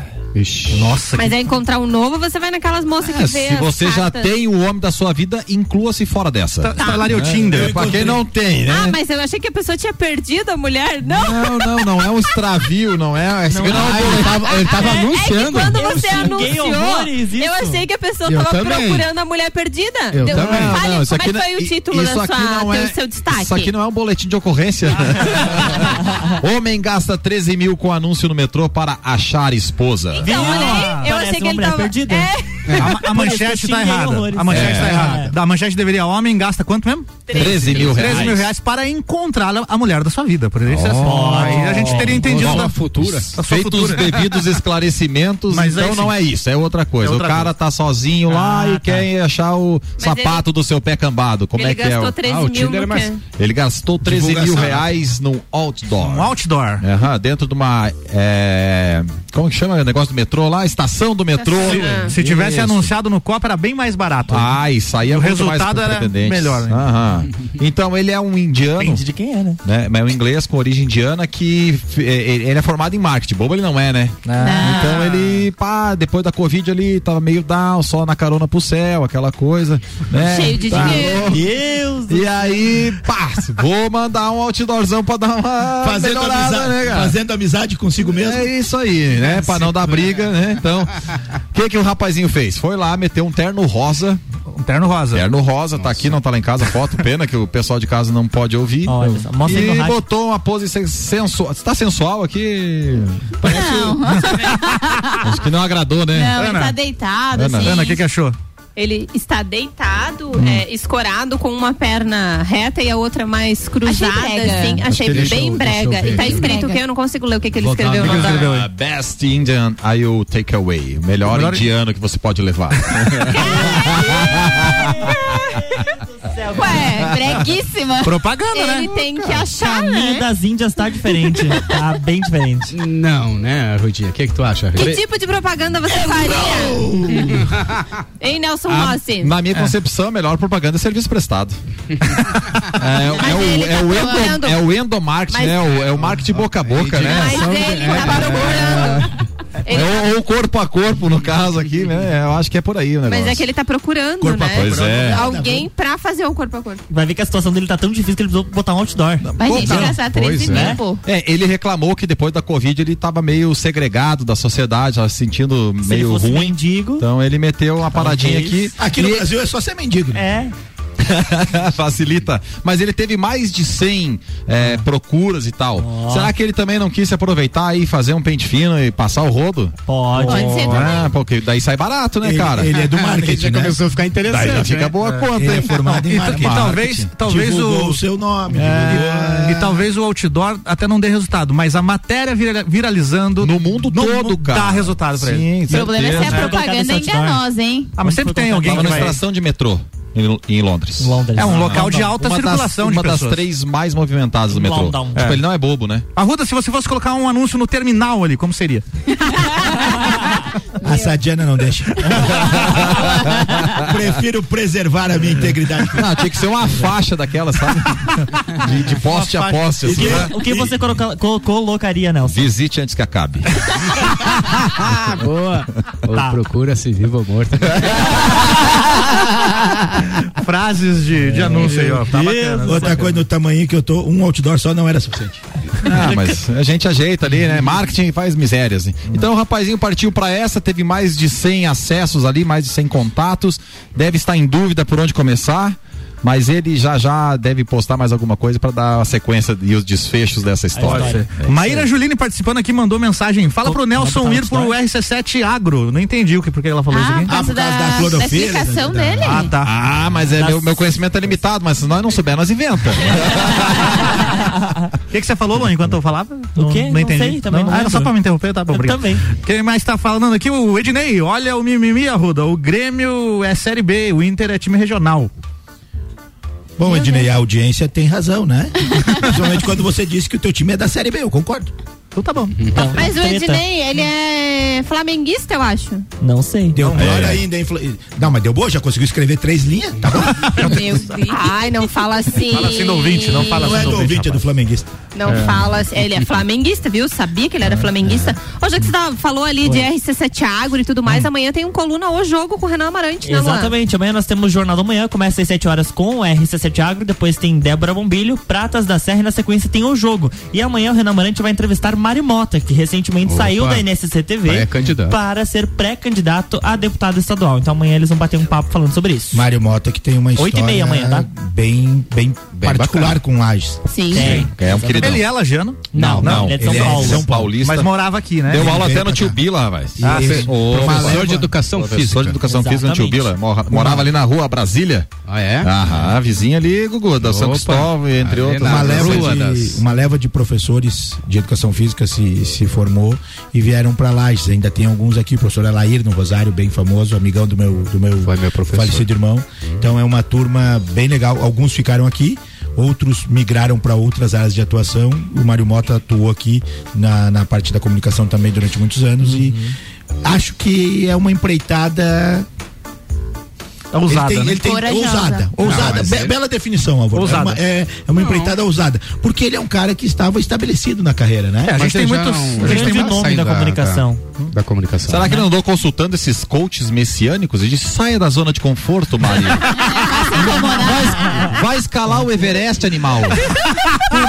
Speaker 2: Nossa,
Speaker 10: Mas é encontrar um novo, você vai naquelas moças que vê
Speaker 9: Ah, se
Speaker 10: as
Speaker 9: você já
Speaker 10: cartas.
Speaker 9: tem o homem da sua vida, inclua-se fora dessa. Ah,
Speaker 2: Tá- tá lá no Tinder.
Speaker 9: Pra quem não tem, né?
Speaker 10: Ah, mas eu achei que a pessoa tinha perdido a mulher. Não.
Speaker 9: Não, não, não é um extravio, não é. Não,
Speaker 10: ele tava- ele tava
Speaker 9: anunciando.
Speaker 10: É Quando você anunciou,
Speaker 9: horrores,
Speaker 10: eu achei que a pessoa
Speaker 9: Eu
Speaker 10: estava
Speaker 9: também.
Speaker 10: procurando a mulher perdida.
Speaker 9: Eu
Speaker 10: Deu-
Speaker 9: também.
Speaker 10: Fale,
Speaker 9: Não, não, isso
Speaker 10: como
Speaker 9: aqui
Speaker 10: é que
Speaker 9: não-
Speaker 10: foi o título da
Speaker 9: isso
Speaker 10: sua,
Speaker 9: aqui não é-
Speaker 10: teu- seu destaque?
Speaker 9: Isso aqui não é um boletim de ocorrência. Homem gasta 13 mil com anúncio no metrô para achar esposa.
Speaker 10: Então, olha aí, eu
Speaker 6: Parece
Speaker 10: achei que
Speaker 6: Ah, uma
Speaker 10: ele
Speaker 6: mulher
Speaker 10: tava.
Speaker 6: perdida.
Speaker 10: É.
Speaker 2: A, ma- a manchete tá errada. A manchete
Speaker 9: É.
Speaker 2: tá errada. Da manchete deveria homem gasta quanto mesmo?
Speaker 9: 13 mil
Speaker 2: 13 mil
Speaker 9: reais.
Speaker 2: reais para encontrar a- a mulher da sua vida, por exemplo.
Speaker 9: Oh.
Speaker 2: é Aí a gente teria entendido
Speaker 9: Sua
Speaker 2: da
Speaker 9: futura.
Speaker 2: a sua
Speaker 9: tá Feitos os
Speaker 2: futura.
Speaker 9: devidos esclarecimentos,
Speaker 2: Mas aí
Speaker 9: então
Speaker 2: sim.
Speaker 9: não é isso, é outra coisa.
Speaker 2: É outra Ah, tá.
Speaker 9: o cara tá sozinho lá e quer achar o sapato do seu pé cambado. Como
Speaker 10: ele
Speaker 9: é que é?
Speaker 10: gastou
Speaker 9: o-
Speaker 10: 13 Ah, o Tinder mil no é mais- quê?
Speaker 9: Ele gastou 13 mil
Speaker 2: Divulgação, né?
Speaker 9: reais num outdoor.
Speaker 2: Um outdoor.
Speaker 9: Aham, dentro de uma é, Como que chama o negócio do metrô lá? Estação do metrô. né?
Speaker 2: Se, se tivesse
Speaker 9: Isso.
Speaker 2: anunciado no Copa, era bem mais barato.
Speaker 9: Ah, isso aí é
Speaker 2: O
Speaker 9: muito mais
Speaker 2: resultado
Speaker 9: pro
Speaker 2: era
Speaker 9: pretendente.
Speaker 2: melhor, né?
Speaker 9: Aham. Então ele é um indiano.
Speaker 6: Depende de quem é, né?
Speaker 9: né? Mas é um inglês com origem indiana que eh, ele ele é formado em marketing. Bobo ele não é, né?
Speaker 6: Ah.
Speaker 9: Então ele, pá, depois da Covid ali, tava meio down, só na carona pro céu, aquela coisa. Né?
Speaker 11: Cheio de
Speaker 9: Tá
Speaker 11: dinheiro.
Speaker 9: louco.
Speaker 6: Deus
Speaker 9: E aí, pá, vou mandar um outdoorzão pra dar uma
Speaker 5: Fazendo
Speaker 9: melhorada,
Speaker 5: amizade-
Speaker 9: né, cara?
Speaker 5: fazendo amizade consigo mesmo.
Speaker 9: É isso aí, né? Pra não dar briga, né? Então, o que que o rapazinho fez? Foi lá, meteu um terno rosa.
Speaker 2: Um terno rosa.
Speaker 9: Terno rosa, tá aqui, não tá lá em casa, a foto, pena que o pessoal de casa não pode ouvir.
Speaker 6: Olha só, mostra aí no
Speaker 9: e
Speaker 6: rádio.
Speaker 9: botou uma pose sen- sensual. Tá sensual aqui? Acho que não agradou, né?
Speaker 4: Não, ele tá
Speaker 10: Ah,
Speaker 4: deitado,
Speaker 9: Ana,
Speaker 4: assim.
Speaker 9: Ana, que é Hum.
Speaker 2: achou?
Speaker 10: Ele está deitado, é, escorado, com uma perna reta e a outra mais cruzada,
Speaker 4: Achei brega.
Speaker 10: assim.
Speaker 9: Acho
Speaker 10: Achei
Speaker 9: que
Speaker 10: bem
Speaker 9: ele- deixa eu- deixa eu
Speaker 10: brega.
Speaker 9: ver
Speaker 10: E tá
Speaker 9: aqui.
Speaker 10: escrito
Speaker 4: Brega.
Speaker 10: que eu não consigo ler o que, que ele
Speaker 9: Botar
Speaker 10: escreveu.
Speaker 9: no
Speaker 10: não dá.
Speaker 9: Instagram. Ah, Best Indian I'll Take Away. O melhor,
Speaker 2: melhor-
Speaker 9: indiano que você pode levar.
Speaker 4: Ué,
Speaker 10: é
Speaker 4: breguíssima.
Speaker 2: Propaganda,
Speaker 4: ele
Speaker 2: né?
Speaker 4: Ele tem que achar,
Speaker 6: caminho
Speaker 4: né?
Speaker 6: das Índias tá diferente. Tá bem diferente.
Speaker 7: Não, né, Rudinha? O que, que tu acha?
Speaker 10: Que
Speaker 7: Re-
Speaker 10: tipo de propaganda você faria? hein, Nelson
Speaker 9: Ah,
Speaker 10: Rossi?
Speaker 9: Na minha concepção, a melhor propaganda é serviço prestado. é, é o, é, o
Speaker 10: procurando.
Speaker 9: endo, é o endomarketing,
Speaker 10: tá Mas-
Speaker 9: né? O- é o marketing boca a boca, né?
Speaker 10: Mas ele tá procurando. Ele- tá
Speaker 9: É, ou, ou corpo a corpo, no caso aqui, né? Eu acho que é por aí o negócio.
Speaker 10: Mas é que ele tá procurando,
Speaker 9: Corpo a
Speaker 10: né?
Speaker 9: corpo. Pois é.
Speaker 10: Alguém pra fazer o corpo a corpo.
Speaker 6: Vai ver que a situação dele tá tão difícil que ele precisou botar um outdoor.
Speaker 10: Mas, gente,
Speaker 9: Botar.
Speaker 10: gastar três
Speaker 9: Pois
Speaker 10: e
Speaker 9: é.
Speaker 10: meio, pô.
Speaker 9: É, ele reclamou que depois da Covid ele tava meio segregado da sociedade, tava se sentindo
Speaker 5: Se
Speaker 9: meio
Speaker 5: ele fosse
Speaker 9: ruim. Então ele meteu uma paradinha aqui.
Speaker 5: Aqui no
Speaker 9: e-
Speaker 5: Brasil é só ser mendigo.
Speaker 6: É.
Speaker 9: Facilita. Mas ele teve mais de 100 é, procuras e tal. Será que ele também não quis se aproveitar e fazer um pente fino e passar o rodo?
Speaker 6: Pode.
Speaker 11: Pode ser também.
Speaker 9: Ah, porque daí sai barato, né,
Speaker 5: Ele-
Speaker 9: cara?
Speaker 5: ele é do marketing, Ele já né? começou a ficar interessante,
Speaker 9: Daí já fica
Speaker 5: né?
Speaker 9: boa
Speaker 5: É.
Speaker 9: conta,
Speaker 5: Ele
Speaker 9: hein?
Speaker 5: é formado em
Speaker 9: E-
Speaker 5: marketing.
Speaker 9: e
Speaker 2: Então, Talvez, talvez
Speaker 5: Divulgou
Speaker 2: o...
Speaker 5: o seu nome,
Speaker 2: É, E talvez o outdoor até não dê resultado, mas a matéria vira- viralizando no mundo
Speaker 9: todo, cara.
Speaker 2: dá resultado pra
Speaker 9: Sim,
Speaker 2: ele.
Speaker 9: O problema
Speaker 2: né?
Speaker 9: é se a certeza.
Speaker 4: Propaganda enganosa, hein?
Speaker 2: Ah, mas sempre tem alguém
Speaker 9: Tava
Speaker 2: que
Speaker 9: na
Speaker 2: vai...
Speaker 9: estação de metrô em, em Londres. Ah,
Speaker 2: É um local de
Speaker 9: Não, não.
Speaker 2: alta
Speaker 9: Uma das-
Speaker 2: circulação de
Speaker 9: uma das
Speaker 2: pessoas.
Speaker 9: três mais movimentadas do metrô.
Speaker 2: London.
Speaker 9: Tipo,
Speaker 2: É.
Speaker 9: ele não é bobo, né?
Speaker 2: Arruda, se você fosse colocar um anúncio no terminal ali, como seria?
Speaker 5: A Sadiana não deixa. Prefiro preservar a minha integridade.
Speaker 9: Não, tinha que ser uma faixa daquela, sabe? De, de poste a poste.
Speaker 6: O que,
Speaker 9: Assim, né?
Speaker 6: o que você coloca- co- colocaria, Nelson?
Speaker 9: Visite antes que acabe.
Speaker 7: Ah, Boa. Ou
Speaker 6: Tá.
Speaker 7: procura-se vivo ou morto.
Speaker 2: Frases de, de anúncio aí, ó. Tá bacana.
Speaker 5: É. Outra coisa, no tamanho que eu tô, um outdoor só não era suficiente.
Speaker 9: Ah, mas a gente ajeita ali, né? Marketing faz misérias. né? Então o rapazinho partiu pra essa, teve mais de 100 acessos ali, mais de 100 contatos. Deve estar em dúvida por onde começar. Mas ele já já deve postar mais alguma coisa pra dar a sequência e os desfechos dessa história. É isso
Speaker 2: Maíra
Speaker 9: aí.
Speaker 2: Juline participando aqui mandou mensagem. Fala pro Nelson
Speaker 9: botar
Speaker 2: ir
Speaker 9: no
Speaker 2: pro RC7 Agro. Não entendi o que porque ela falou isso aqui.
Speaker 4: por causa da- da explicação dele.
Speaker 2: Ah, tá.
Speaker 9: né? Ah, mas é,
Speaker 2: Das-
Speaker 9: meu, meu conhecimento é limitado, mas se nós não souber, nós inventa.
Speaker 2: O que, que você falou, Luan, enquanto eu falava? Não-
Speaker 6: quê?
Speaker 2: Não,
Speaker 6: Não
Speaker 2: entendi.
Speaker 6: sei, também não
Speaker 2: ah, era
Speaker 6: lembro.
Speaker 2: só pra me interromper, tá bom,
Speaker 6: Eu
Speaker 2: obrigado.
Speaker 6: também.
Speaker 2: Quem mais tá falando aqui? O Ednei. Olha o mimimi, Arruda. O Grêmio é Série B, o Inter é time regional.
Speaker 5: Bom, Ednei, a audiência tem razão, né? Principalmente quando você disse que o teu time é da Série B, eu concordo.
Speaker 2: Então tá bom.
Speaker 10: Mas o Ednei, ele é flamenguista, eu acho.
Speaker 6: Não sei.
Speaker 5: Deu
Speaker 9: é.
Speaker 5: pior ainda, hein? Fla- Não, mas deu boa, já conseguiu escrever três linhas, tá bom?
Speaker 10: Meu Deus. Ai, não fala assim.
Speaker 2: Fala assim do ouvinte, não fala
Speaker 5: Não
Speaker 2: assim
Speaker 5: é
Speaker 2: do
Speaker 5: do ouvinte, é do flamenguista.
Speaker 10: Não
Speaker 5: É.
Speaker 10: fala assim. Ele é flamenguista, viu? Sabia que ele era flamenguista. Hoje que você tava- falou ali de RC7 Agro e tudo mais, amanhã tem um coluna O Jogo com o Renan Amarante, né, Luan?
Speaker 6: Exatamente, amanhã nós temos o Jornal da Manhã, começa às 7 horas com o RC7 Agro, depois tem Débora Bombilho, Pratas da Serra e na sequência tem o jogo. E amanhã o Renan Marante vai entrevistar Mário Mota, que recentemente
Speaker 7: Opa.
Speaker 6: saiu da NSC TV
Speaker 7: Vai, é
Speaker 9: Tá.
Speaker 7: candidato.
Speaker 6: para ser pré-candidato a deputado estadual. Então amanhã eles vão bater um papo falando sobre isso.
Speaker 5: Mário Mota que tem uma
Speaker 6: Oito e
Speaker 5: história
Speaker 6: meia amanhã, tá?
Speaker 5: bem, bem, particular
Speaker 6: bacana.
Speaker 5: com Lages.
Speaker 10: Sim.
Speaker 6: Tem.
Speaker 9: É um queridão.
Speaker 2: Ele é lajano?
Speaker 6: Não, não, ele é de São Paulo.
Speaker 9: São Paulista.
Speaker 2: Mas morava aqui, né?
Speaker 9: Deu
Speaker 2: Ele
Speaker 9: aula
Speaker 2: veio
Speaker 9: até no
Speaker 2: pra
Speaker 9: Tio
Speaker 2: cá.
Speaker 9: Bila, rapaz.
Speaker 2: Ah, sim.
Speaker 9: o
Speaker 2: Pra
Speaker 9: professor
Speaker 2: Malévola.
Speaker 9: de educação
Speaker 2: Professor
Speaker 9: física.
Speaker 2: de
Speaker 9: educação física no Tio Bila. Mora- Morava ali na rua Brasília.
Speaker 7: Ah, é?
Speaker 9: Aham, a vizinha ali, Gugu, da São
Speaker 7: Opa.
Speaker 9: Cristóvão, entre
Speaker 7: Ali
Speaker 9: outras.
Speaker 7: na
Speaker 5: Ah,
Speaker 7: Rua
Speaker 5: Uma leva, de,
Speaker 7: das-
Speaker 5: uma leva de professores de educação física se, se formou e vieram para Lages. Ainda tem alguns aqui, o professor Alair no Rosário, bem famoso, amigão do meu, do meu, falecido irmão. Então é uma turma bem legal. Alguns ficaram aqui, outros migraram para outras áreas de atuação. O Mário Mota atuou aqui na, na parte da comunicação também durante muitos anos e
Speaker 7: Uhum.
Speaker 5: acho que é uma empreitada
Speaker 2: Ousada,
Speaker 5: ele tem,
Speaker 2: né?
Speaker 5: ele tem-
Speaker 2: Corajosa.
Speaker 5: ousada,
Speaker 2: Não,
Speaker 5: ousada.
Speaker 2: mas
Speaker 5: Be-
Speaker 2: ele-
Speaker 5: Bela definição, Álvaro.
Speaker 2: Ousada.
Speaker 5: É uma, é- é uma empreitada ousada. Porque ele é um cara que estava estabelecido na carreira, né?
Speaker 7: É, a gente tem muitos- a gente tem muito nome
Speaker 5: tá.
Speaker 7: da comunicação. da comunicação. né?
Speaker 9: Será que ele andou consultando esses coaches messiânicos e disse: saia da zona de conforto, Maria? vai, vai escalar o Everest, animal.
Speaker 5: Com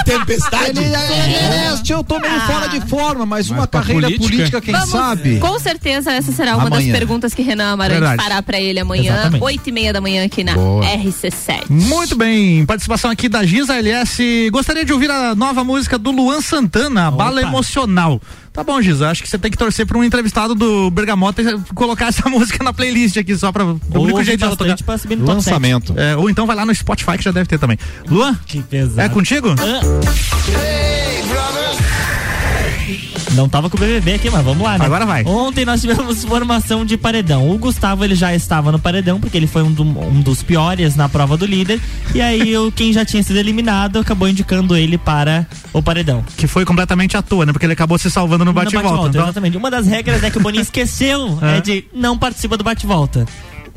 Speaker 5: tempestade?
Speaker 9: Ele, é Everest, eu tô meio
Speaker 6: Ah.
Speaker 9: fora de forma, mas, uma carreira política, quem
Speaker 10: Vamos-
Speaker 9: sabe?
Speaker 10: Com certeza essa será uma
Speaker 9: Amanhã.
Speaker 10: das perguntas que Renan Amarante
Speaker 2: Verdade.
Speaker 10: fará pra ele amanhã,
Speaker 2: Exatamente.
Speaker 10: oito e meia da manhã aqui na
Speaker 2: Boa.
Speaker 10: RC7.
Speaker 2: Muito bem, participação aqui da Giza LS. Gostaria de ouvir a nova música do Luan Santana, a Bala Emocional. Tá bom, Giza, acho que você tem que torcer pra um entrevistado do Bergamota e colocar essa música na playlist aqui, só pra o único
Speaker 6: Ouve
Speaker 2: jeito dela
Speaker 6: bastante
Speaker 2: tocar.
Speaker 6: pra subir no top Lançamento.
Speaker 2: É, ou então vai lá no Spotify que já deve ter também. Luan, é contigo?
Speaker 6: Ah. Não tava com o BBB aqui, mas vamos lá, né?
Speaker 2: Agora vai.
Speaker 6: Ontem nós tivemos formação de paredão. O Gustavo, ele já estava no paredão, porque ele foi um, do- um dos piores na prova do líder. E aí, o, quem já tinha sido eliminado acabou indicando ele para o paredão.
Speaker 2: Que foi completamente à toa, né? Porque ele acabou se salvando no bate-volta.
Speaker 6: bate-volta,
Speaker 2: então-
Speaker 6: Exatamente. Uma das regras é que o Boninho esqueceu
Speaker 2: É.
Speaker 6: é de não participa do bate-volta.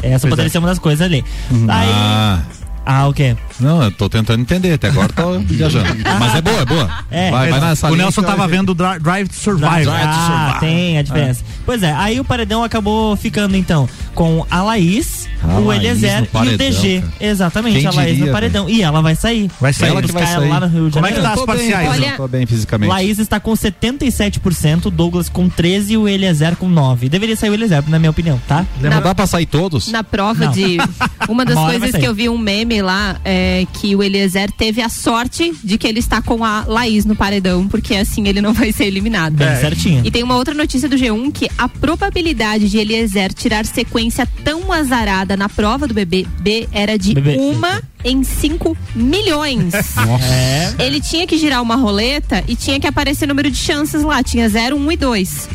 Speaker 6: Essa
Speaker 9: Pois
Speaker 6: poderia
Speaker 9: é.
Speaker 6: ser uma das coisas ali.
Speaker 2: Uhum.
Speaker 6: Aí,
Speaker 9: Ah.
Speaker 6: Ah, o quê?
Speaker 9: Não, eu tô tentando entender, até agora tô viajando. Mas é boa, é boa.
Speaker 6: É.
Speaker 9: vai, vai nessa
Speaker 2: o
Speaker 9: linha
Speaker 2: Nelson
Speaker 9: que vai
Speaker 2: tava
Speaker 9: ver.
Speaker 2: vendo Dri- Drive to Survive.
Speaker 6: Ah, tem a diferença. Pois é, aí o paredão acabou ficando então com a Laís,
Speaker 2: A
Speaker 6: o
Speaker 2: Laís
Speaker 6: Eliezer
Speaker 2: no paredão,
Speaker 6: e o DG.
Speaker 2: cara.
Speaker 6: Exatamente,
Speaker 2: Quem
Speaker 6: a Laís
Speaker 2: diria,
Speaker 6: no paredão. E ela vai sair.
Speaker 2: Vai sair.
Speaker 6: Ela que vai sair. lá no Rio de
Speaker 2: Como é que
Speaker 6: Janeiro.
Speaker 2: tá as Eu tô bem, parciais?
Speaker 9: Olha- eu tô bem fisicamente.
Speaker 6: Laís está com 77%, o Douglas com 13% e o Eliezer com 9%. Deveria sair o Eliezer, na minha opinião, tá?
Speaker 9: Não dá pra sair todos?
Speaker 10: Na prova
Speaker 6: Não.
Speaker 10: de. Uma das
Speaker 6: Uma hora vai
Speaker 10: coisas
Speaker 6: sair.
Speaker 10: que eu vi um meme lá é que o Eliezer teve a sorte de que ele está com a Laís no paredão, porque assim ele não vai ser eliminado.
Speaker 6: Bem É. certinho.
Speaker 10: E tem uma outra notícia do G1 que a probabilidade de Eliezer tirar sequência tão azarada na prova do BBB era de
Speaker 6: Bebê.
Speaker 10: uma em 5 milhões.
Speaker 6: Nossa. É.
Speaker 10: Ele tinha que girar uma roleta e tinha que aparecer número de chances lá. Tinha 0, 1 e 2.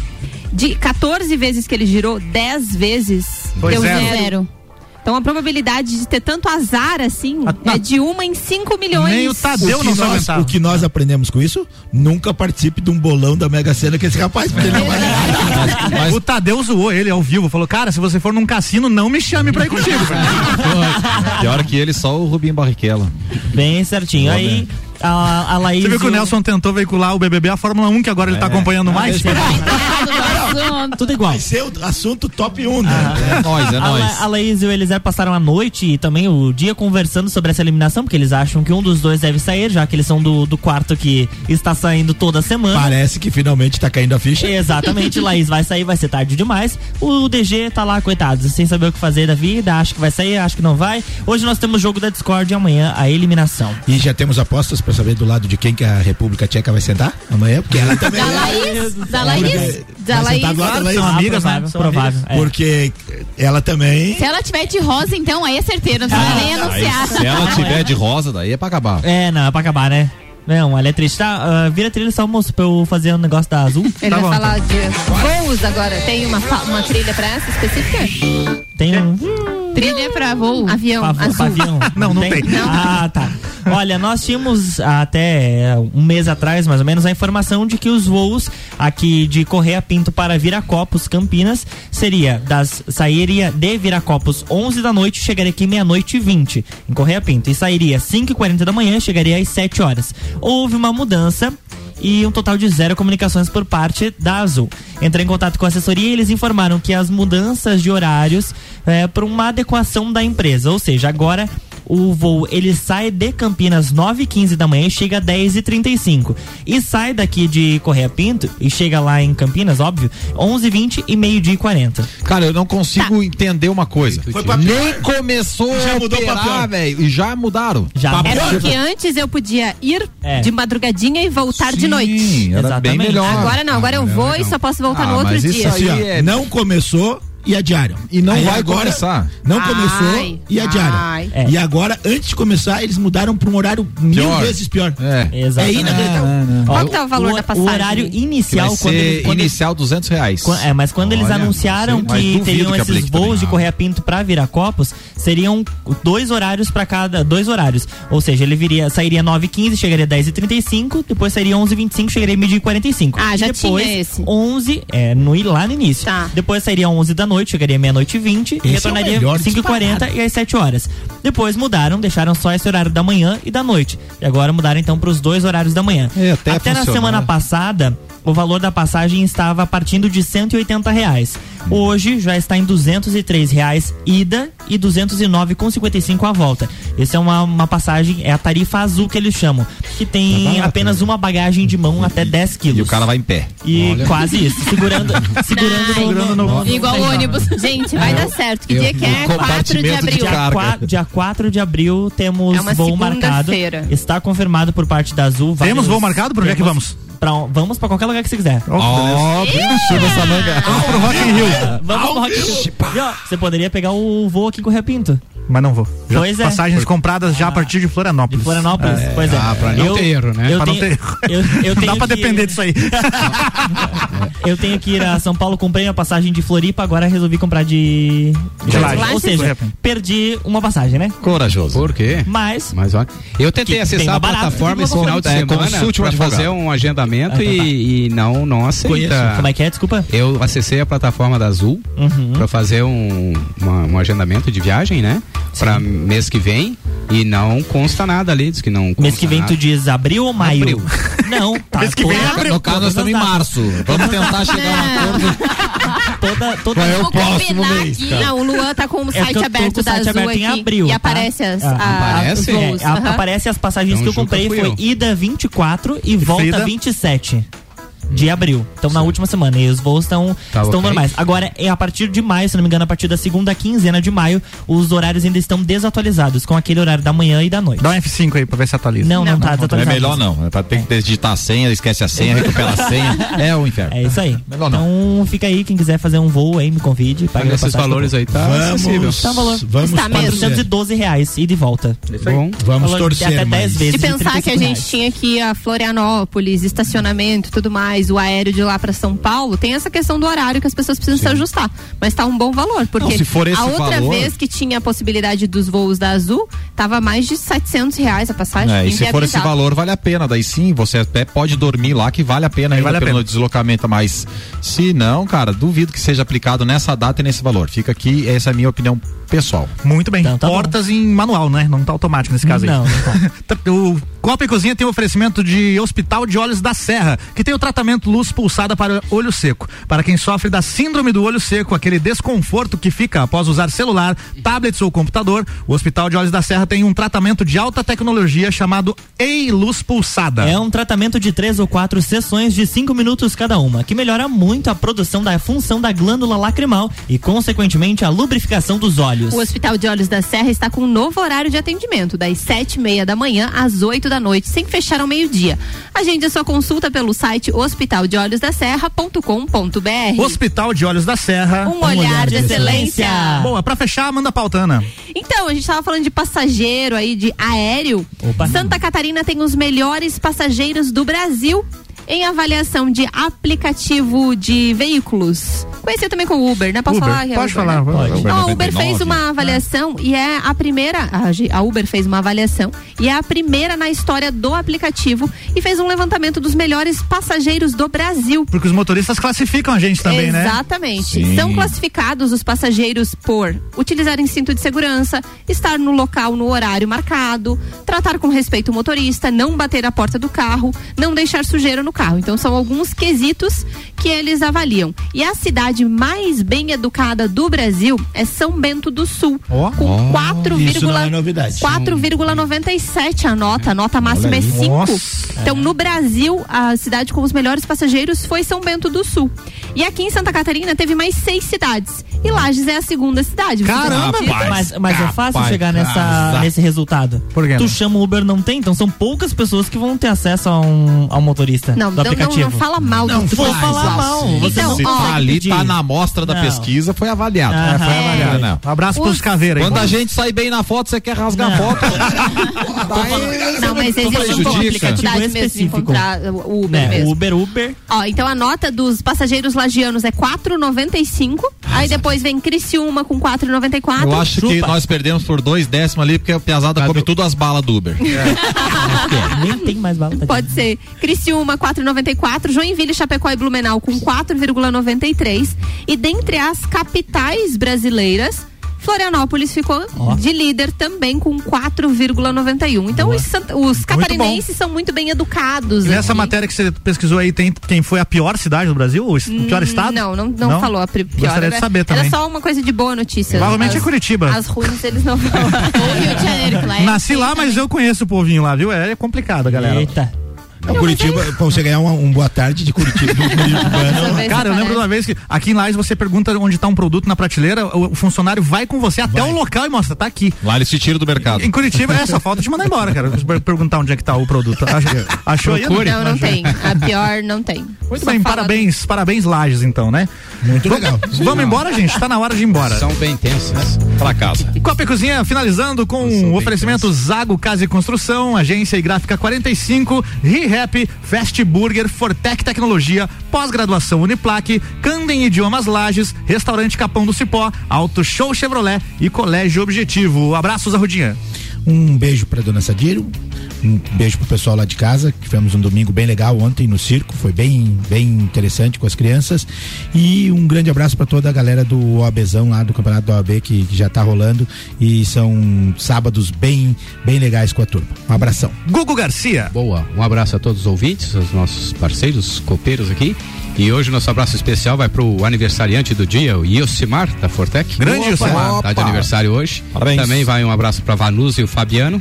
Speaker 10: De 14 vezes que ele girou, 10 vezes
Speaker 2: Foi
Speaker 10: deu
Speaker 2: zero.
Speaker 10: zero. Então a probabilidade de ter tanto azar assim é de 1 em 5 milhões.
Speaker 5: o que, nós, o que nós aprendemos com isso, nunca participe de um bolão da Mega Sena que esse rapaz, porque ele não vai ganhar.
Speaker 2: O Tadeu zoou ele ao vivo, falou: Cara, se você for num cassino, não me chame pra ir contigo.
Speaker 9: Pior que ele, só o Rubinho Barrichello.
Speaker 6: Bem certinho. Aí a, a Laís.
Speaker 2: Você viu que o
Speaker 6: e É.
Speaker 2: Nelson tentou veicular o BBB à Fórmula 1, que agora ele tá acompanhando mais?
Speaker 6: Tudo igual. Ah, Vai
Speaker 5: ser o assunto top 1, né?
Speaker 9: é nóis, é
Speaker 6: a,
Speaker 9: nóis.
Speaker 6: La- a Laís e o Eliezer passaram a noite e também o dia conversando sobre essa eliminação, porque eles acham que um dos dois deve sair, já que eles são do, do quarto que está saindo toda semana.
Speaker 5: Parece que finalmente tá caindo a ficha.
Speaker 6: Exatamente, Laís vai sair, vai ser tarde demais. O DG tá lá, coitado, sem saber o que fazer da vida, acho que vai sair, acho que não vai. Hoje nós temos o jogo da Discord e amanhã a eliminação.
Speaker 5: E já temos apostas pra saber do lado de quem que a República Tcheca vai sentar amanhã, porque ela também.
Speaker 10: Da Laís, da Laís, da
Speaker 5: Vai
Speaker 10: Laís.
Speaker 5: sentar do lado da Laís.
Speaker 6: são amigas, né? São Provável, amigas. é.
Speaker 5: Porque ela também.
Speaker 4: Se ela tiver de rosa, então, aí é certeiro, não precisa nem
Speaker 9: Aí,
Speaker 4: anunciar.
Speaker 9: se ela tiver de rosa, daí é pra acabar.
Speaker 6: É, não, é pra acabar, né? Não, ela é triste. Tá, ah, vira trilha só, moço, pra eu fazer um negócio da azul.
Speaker 10: Ele
Speaker 6: tá
Speaker 10: vai
Speaker 6: bom,
Speaker 10: falar de voos agora. Tem uma, fa- uma trilha pra essa específica?
Speaker 6: então. Tem um.
Speaker 10: Trilha pra voo. Avião,
Speaker 6: Pavão,
Speaker 10: azul.
Speaker 6: pavião?
Speaker 2: Não, não tem.
Speaker 6: Ah, tá. Olha, nós tínhamos até é, um mês atrás, mais ou menos, a informação de que os voos aqui de Correia Pinto para Viracopos, Campinas, seria das sairia de Viracopos 11 da noite, chegaria aqui meia-noite e 20 em Correia Pinto e sairia 5 e 40 da manhã, chegaria às 7 horas. Houve uma mudança e um total de zero comunicações por parte da Azul. Entrei em contato com a assessoria e eles informaram que as mudanças de horários é por uma adequação da empresa, ou seja, agora o voo ele sai de Campinas 9h15 da manhã e chega 10h35. E sai daqui de Correia Pinto e chega lá em Campinas, óbvio, 11h20 e meio-dia e 40.
Speaker 9: Cara, eu não consigo entender uma coisa. Nem começou
Speaker 5: Já
Speaker 9: a
Speaker 5: mudou pra
Speaker 9: operar,
Speaker 5: pior.
Speaker 9: velho. E já mudaram.
Speaker 6: Já
Speaker 10: É porque antes eu podia ir
Speaker 9: Tá É.
Speaker 10: de madrugadinha e voltar de
Speaker 9: Sim,
Speaker 10: noite.
Speaker 9: era bem Exatamente. melhor.
Speaker 5: Ah,
Speaker 10: Agora não, agora eu vou e só posso voltar no outro dia.
Speaker 5: Não assim, começou e adiaram.
Speaker 9: é E não
Speaker 5: Aí
Speaker 9: vai começar.
Speaker 5: Não
Speaker 9: Ai,
Speaker 5: começou e adiaram.
Speaker 9: ai.
Speaker 5: É. E agora, antes de começar, eles mudaram para um horário mil
Speaker 9: Pior.
Speaker 5: vezes pior.
Speaker 9: É.
Speaker 5: É inacreditável.
Speaker 9: Ó,
Speaker 6: que tá o valor o- da passagem? o horário inicial,
Speaker 9: Vai
Speaker 6: quando
Speaker 9: ser
Speaker 6: ele- quando ele-
Speaker 9: inicial 200 reais.
Speaker 6: Quan- É, mas quando eles
Speaker 9: Olha,
Speaker 6: anunciaram
Speaker 9: sei, mas
Speaker 6: que
Speaker 9: duvido
Speaker 6: teriam
Speaker 9: que
Speaker 6: esses
Speaker 9: aplique tá?
Speaker 6: voos
Speaker 9: também.
Speaker 6: de Correia Pinto pra Viracopos, seriam dois horários pra cada, dois horários. Ou seja, ele viria, sairia 9h15, chegaria 10h35, depois sairia 11h25, chegaria meio-dia e 45. Ah,
Speaker 10: já
Speaker 6: depois,
Speaker 10: tinha esse. Tá.
Speaker 6: 11, é, no, lá no início. Depois sairia 11 da noite, chegaria meia-noite e 20,
Speaker 5: é o
Speaker 6: retornaria
Speaker 5: melhor
Speaker 6: 5h40 e às 7 horas. Depois mudaram, deixaram só esse horário da manhã e da noite. E agora mudaram então pros dois horários da manhã.
Speaker 9: É, até
Speaker 6: na
Speaker 9: funcionar.
Speaker 6: semana passada, o valor da passagem estava partindo de 180 reais. Hoje já está em 203 reais ida e 209,55 a volta. Essa é uma, uma passagem, é a tarifa azul que eles chamam, que tem apenas uma bagagem de mão até 10 quilos. E o cara
Speaker 9: vai em pé.
Speaker 6: E quase isso, segurando, segurando, no- no- no-
Speaker 10: Igual
Speaker 6: no-
Speaker 10: ônibus. Gente, vai dar certo. Que
Speaker 6: eu-
Speaker 10: dia que é? 4 de abril.
Speaker 6: Dia 4, dia 4 de abril temos
Speaker 10: É uma
Speaker 6: voo marcado.
Speaker 10: segunda-feira.
Speaker 6: Está confirmado por parte da Azul.
Speaker 2: Temos voo marcado? Pra onde é que vamos?
Speaker 6: Pra, um- vamos pra qualquer lugar que você quiser.
Speaker 2: Ó, que beleza. chuva essa manga. Vamos pro Rock in Rio.
Speaker 6: Vamos pro Rock in Rio. E, ó, Você poderia pegar o voo aqui em Correia Pinto.
Speaker 2: Mas não vou. Já-
Speaker 6: Pois é. Ah,
Speaker 2: Passagens compradas já a partir de Florianópolis. ah,
Speaker 6: Florianópolis, pois é. Eu- Eu
Speaker 2: Pra não
Speaker 6: tenho,
Speaker 2: ter erro.
Speaker 6: eu, eu
Speaker 2: Não
Speaker 6: tenho
Speaker 2: dá pra
Speaker 6: que-
Speaker 2: depender disso aí.
Speaker 6: Eu tenho que ir a São Paulo, comprei minha passagem de Floripa, agora resolvi comprar de.
Speaker 7: De Lages.
Speaker 6: Ou seja, perdi uma passagem, né?
Speaker 9: Corajoso.
Speaker 7: Por quê?
Speaker 6: Mas.
Speaker 7: Mas olha, eu tentei
Speaker 6: Que tem
Speaker 7: acessar
Speaker 6: uma
Speaker 7: a
Speaker 6: barata,
Speaker 7: plataforma
Speaker 6: tem
Speaker 7: esse
Speaker 6: uma
Speaker 7: final de
Speaker 6: barata.
Speaker 7: semana
Speaker 6: É, consulte um
Speaker 7: para
Speaker 6: advogado.
Speaker 7: fazer um agendamento
Speaker 6: Ah, tá, tá.
Speaker 7: E, e não, não aceita.
Speaker 6: Conheço. Como é que é? Desculpa.
Speaker 7: Eu acessei a plataforma da Azul
Speaker 6: Uhum.
Speaker 7: para fazer um, uma- um agendamento de viagem, né? Para mês que vem e não consta nada ali, diz que não.
Speaker 6: Mês
Speaker 7: consta
Speaker 6: que vem
Speaker 7: nada.
Speaker 6: tu diz abril ou maio? Não, tá.
Speaker 7: Mês que vem é abril. No caso, nós estamos em março. Vamos tentar chegar
Speaker 6: a um Toda, toda
Speaker 9: é
Speaker 10: Vamos combinar aqui. Não, o Luan tá com o
Speaker 6: É
Speaker 10: site
Speaker 6: que eu tô
Speaker 10: aberto
Speaker 6: com o
Speaker 10: da
Speaker 6: site
Speaker 10: Azul
Speaker 6: aberto
Speaker 10: aqui.
Speaker 6: em abril,
Speaker 10: e
Speaker 6: tá?
Speaker 10: aparece as,
Speaker 6: Ah,
Speaker 10: a-
Speaker 6: aparece?
Speaker 10: os voos.
Speaker 6: É, a-
Speaker 10: Aham.
Speaker 6: aparece as passagens
Speaker 7: Então,
Speaker 6: que eu
Speaker 7: Juca,
Speaker 6: comprei
Speaker 7: fui
Speaker 6: foi
Speaker 7: eu.
Speaker 6: ida 24 e volta
Speaker 7: Frida?
Speaker 6: 27 de abril. Então na última semana e os voos estão
Speaker 7: Tá
Speaker 6: estão
Speaker 7: ok.
Speaker 6: normais. Agora é a partir de maio, se não me engano, a partir da segunda quinzena de maio, os horários ainda estão desatualizados com aquele horário da manhã e da noite.
Speaker 2: Dá um F5 aí pra ver se atualiza.
Speaker 6: Não, não, tá
Speaker 9: É
Speaker 6: desatualizado.
Speaker 9: melhor não. É pra ter que digitar a senha, esquece a senha, recupera a senha. É o inferno.
Speaker 6: É isso aí. então fica aí, quem quiser fazer um voo aí, me convide. Paga
Speaker 7: Mas esses valores aí tá Vamos- acessível.
Speaker 6: Tá um valor.
Speaker 7: vamos
Speaker 6: Está mesmo.
Speaker 7: torcer.
Speaker 6: 412 reais ida e volta.
Speaker 7: aí. Bom, vamos
Speaker 6: Valor de
Speaker 7: torcer,
Speaker 6: Até
Speaker 7: mas-
Speaker 6: 10 vezes.
Speaker 10: De
Speaker 6: de
Speaker 10: pensar que a
Speaker 6: 35
Speaker 10: gente tinha que ir a Florianópolis, estacionamento, tudo mais, o aéreo de lá pra São Paulo, tem essa questão do horário que as pessoas precisam se ajustar. Mas tá um bom valor, porque
Speaker 9: Não, se for esse
Speaker 10: a outra
Speaker 9: valor-
Speaker 10: vez que tinha a possibilidade dos voos da Azul, tava mais de 700 reais a passagem.
Speaker 9: É, e se for esse
Speaker 10: Inviabilizado.
Speaker 9: valor, vale a pena. Daí sim, você até pode dormir lá, que vale a pena ainda
Speaker 2: vale a
Speaker 9: pelo
Speaker 2: pena.
Speaker 9: deslocamento. Mas se não, cara, duvido que seja aplicado nessa data e nesse valor. Fica aqui, essa é a minha opinião pessoal.
Speaker 2: Muito bem. Portas em manual, né? Não tá automático nesse caso aí.
Speaker 9: Não,
Speaker 2: Tá- o Copa e Cozinha tem o oferecimento de Hospital de Olhos da Serra, que tem o tratamento luz pulsada para olho seco. Para quem sofre da síndrome do olho seco, aquele desconforto que fica após usar celular, tablets ou computador, o Hospital de Olhos da Serra tem um tratamento de alta tecnologia chamado Ei Luz Pulsada.
Speaker 6: É um tratamento de três ou quatro sessões de cinco minutos cada uma, que melhora muito a produção da função da glândula lacrimal e, consequentemente, a lubrificação dos olhos.
Speaker 10: O Hospital de Olhos da Serra está com um novo horário de atendimento, das sete e meia da manhã às 8 da noite, sem fechar ao meio-dia. Agende a sua consulta pelo site hospitaldeolhosdaserra.com.br.
Speaker 2: Hospital de Olhos da Serra.
Speaker 10: Um olhar de excelência.
Speaker 2: Boa, pra fechar, Amanda Pautana.
Speaker 10: Então, a gente estava falando de passageiro aí, de aéreo. Santa Catarina tem os melhores passageiros do Brasil em avaliação de aplicativo de veículos. Conhecido também com Uber, né? Posso
Speaker 2: Uber,
Speaker 10: falar? que é
Speaker 2: pode falar,
Speaker 10: né?
Speaker 2: pode.
Speaker 10: Então, a Uber
Speaker 2: 99,
Speaker 10: fez uma avaliação e é a primeira. a G- A Uber fez uma avaliação e é a primeira na história do aplicativo e fez um levantamento dos melhores passageiros do Brasil.
Speaker 2: Porque os motoristas classificam a gente também, né?
Speaker 10: Exatamente.
Speaker 2: Sim.
Speaker 10: São classificados os passageiros por utilizarem cinto de segurança, estar no local no horário marcado, tratar com respeito o motorista, não bater a porta do carro, não deixar sujeira no carro. Então são alguns quesitos que eles avaliam. E a cidade mais bem educada do Brasil é São Bento do Sul, com 4,
Speaker 5: isso não é novidade.
Speaker 10: 4,97 a nota, a nota máxima é
Speaker 5: aí. É.
Speaker 10: 5.
Speaker 5: Nossa.
Speaker 10: Então, no Brasil, a cidade com os melhores passageiros foi São Bento do Sul. E aqui em Santa Catarina teve mais seis cidades. E Lages é a segunda cidade. Vocês acreditam?
Speaker 6: mas, mas é fácil
Speaker 10: rapaz,
Speaker 6: chegar nessa,
Speaker 10: casa.
Speaker 6: nesse resultado.
Speaker 2: Por quê?
Speaker 9: né?
Speaker 6: Tu chama o Uber, não tem? Então são poucas pessoas que vão ter acesso a um, a um motorista.
Speaker 10: Não, Não,
Speaker 9: do
Speaker 10: não, não,
Speaker 9: aplicativo.
Speaker 10: não fala mal
Speaker 9: Não
Speaker 10: do
Speaker 9: vou
Speaker 10: Faz,
Speaker 9: falar
Speaker 10: Alci.
Speaker 9: mal. Você
Speaker 10: Então,
Speaker 9: se
Speaker 10: ó,
Speaker 9: tá ali, tá na amostra da
Speaker 2: Não.
Speaker 9: pesquisa, foi avaliado.
Speaker 2: Aham.
Speaker 9: É, foi
Speaker 2: É.
Speaker 9: avaliado. Não.
Speaker 2: Um abraço pros caveiras aí.
Speaker 9: Quando a gente sai bem na foto, você quer rasgar a foto.
Speaker 10: Não, mas
Speaker 9: Não
Speaker 10: existe um pouco de
Speaker 9: prejudica.
Speaker 10: dificuldade mesmo de encontrar o Uber
Speaker 6: Né,
Speaker 10: mesmo.
Speaker 6: Uber, Uber.
Speaker 10: Ó, então a nota dos passageiros lagianos é 4,95. Aí depois vem Criciúma com 4,94.
Speaker 9: Eu acho que nós perdemos por dois décimos ali, porque a pesada come tudo as balas do Uber.
Speaker 6: Nem tem mais bala.
Speaker 10: Pode ser. Criciúma, 4,94. Joinville, Chapecó e Blumenau com 4,93. E dentre as capitais brasileiras, Florianópolis ficou
Speaker 18: Ó.
Speaker 10: de líder também com 4,91. Então os,
Speaker 6: É
Speaker 10: sant- os catarinenses são muito bem educados.
Speaker 2: E nessa
Speaker 10: aqui.
Speaker 2: matéria que você pesquisou aí, tem quem foi a pior cidade do Brasil? O est- o pior estado?
Speaker 10: Hum, Não, não, não, falou a pri- pior. né?
Speaker 2: Gostaria de
Speaker 10: era-
Speaker 2: saber também.
Speaker 10: Era só uma coisa de boa notícia.
Speaker 2: Provavelmente
Speaker 10: As-
Speaker 2: é Curitiba.
Speaker 10: As ruins eles não vão. Ou Rio de Janeiro, é. claro.
Speaker 2: Nasci lá, mas eu conheço o povinho lá, viu? É complicado, galera. Eita.
Speaker 5: O Curitiba,
Speaker 10: é
Speaker 5: pra você ganhar uma- um, boa tarde de Curitiba. do Curitibano.
Speaker 2: Cara, eu lembro de uma vez que aqui em Lages você pergunta onde está um produto na prateleira, o o funcionário vai com você até o local e mostra, tá aqui.
Speaker 9: Lá eles te tiram do mercado.
Speaker 2: Em Curitiba é só falta te mandar embora, cara. Per- Perguntar onde é que tá o produto. Acho- Achou aí? né?
Speaker 10: Não, não,
Speaker 2: Achou.
Speaker 10: tem. A pior não tem.
Speaker 2: Muito bem, parabéns, parabéns Lages então, né? Muito legal. Vamos embora, gente, tá na hora de ir embora.
Speaker 7: São bem tensos.
Speaker 9: Pra casa.
Speaker 2: Copa e Cozinha, finalizando com o oferecimento Zago Casa e Construção, Agência e Gráfica 45, ReHap, Fast Burger, Fortec Tecnologia, Pós-Graduação Uniplaque, Candem Idiomas Lages, Restaurante Capão do Cipó, Auto Show Chevrolet e Colégio Objetivo. Abraços, Arrudinha.
Speaker 5: Um beijo pra dona Sadiro. Um beijo pro pessoal lá de casa. Tivemos um domingo bem legal ontem no circo. Foi bem, bem interessante com as crianças. E um grande abraço pra toda a galera do OABzão lá do Campeonato da OAB que, que já tá rolando. E são sábados bem, bem legais com a turma. Um abração.
Speaker 2: Gugu Garcia.
Speaker 7: Boa. Um abraço a todos os ouvintes, aos nossos parceiros, copeiros aqui. E hoje o nosso abraço especial vai pro aniversariante do dia, o Yosimar, da Fortec.
Speaker 2: Grande
Speaker 7: Opa,
Speaker 2: Yosimar.
Speaker 7: Tá de aniversário hoje.
Speaker 2: Parabéns.
Speaker 7: Também vai um abraço pra Vanusa e o Fabiano.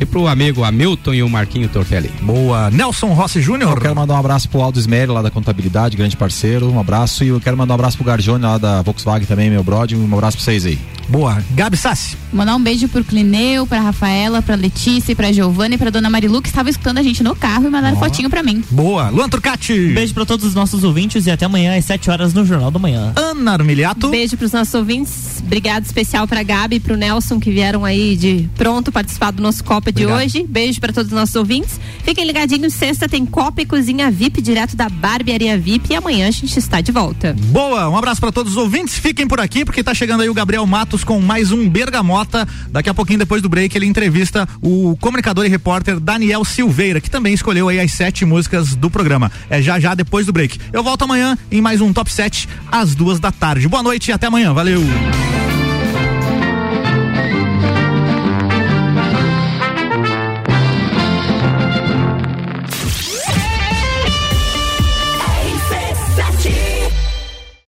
Speaker 7: E pro amigo Hamilton e o Marquinho Tortelli.
Speaker 2: Boa. Nelson Rossi Júnior.
Speaker 9: Eu quero mandar um abraço pro Aldo Smery lá da contabilidade, grande parceiro. Um abraço. E eu quero mandar um abraço pro Garjone lá da Volkswagen também, meu brother. Um abraço pra vocês aí.
Speaker 2: Boa. Gabi Sassi.
Speaker 4: Mandar um beijo pro Clineu, pra Rafaela, pra Letícia, e pra Giovana e pra Dona Marilu, que estava escutando a gente no carro e mandaram fotinho pra mim.
Speaker 2: Boa. Luan Turcati.
Speaker 6: Beijo pra todos os nossos ouvintes e até amanhã às 7 horas no Jornal da Manhã.
Speaker 2: Ana Armiliato.
Speaker 10: Beijo pros nossos ouvintes. Obrigado especial pra Gabi e pro Nelson que vieram aí de pronto participar do nosso Copa
Speaker 4: Obrigado.
Speaker 10: de hoje. Beijo pra todos os nossos ouvintes. Fiquem ligadinhos, sexta tem Copa e Cozinha VIP direto da Barbearia VIP e amanhã a gente está de volta.
Speaker 2: Boa, um abraço pra todos os ouvintes. Fiquem por aqui porque tá chegando aí o Gabriel Matos com mais um Bergamota. Daqui a pouquinho depois do break ele entrevista o comunicador e repórter Daniel Silveira, que também escolheu aí as sete músicas do programa. É já já depois do break. Eu volto amanhã em mais um Top 7 às duas da tarde. Boa noite e até amanhã. Valeu.
Speaker 10: É.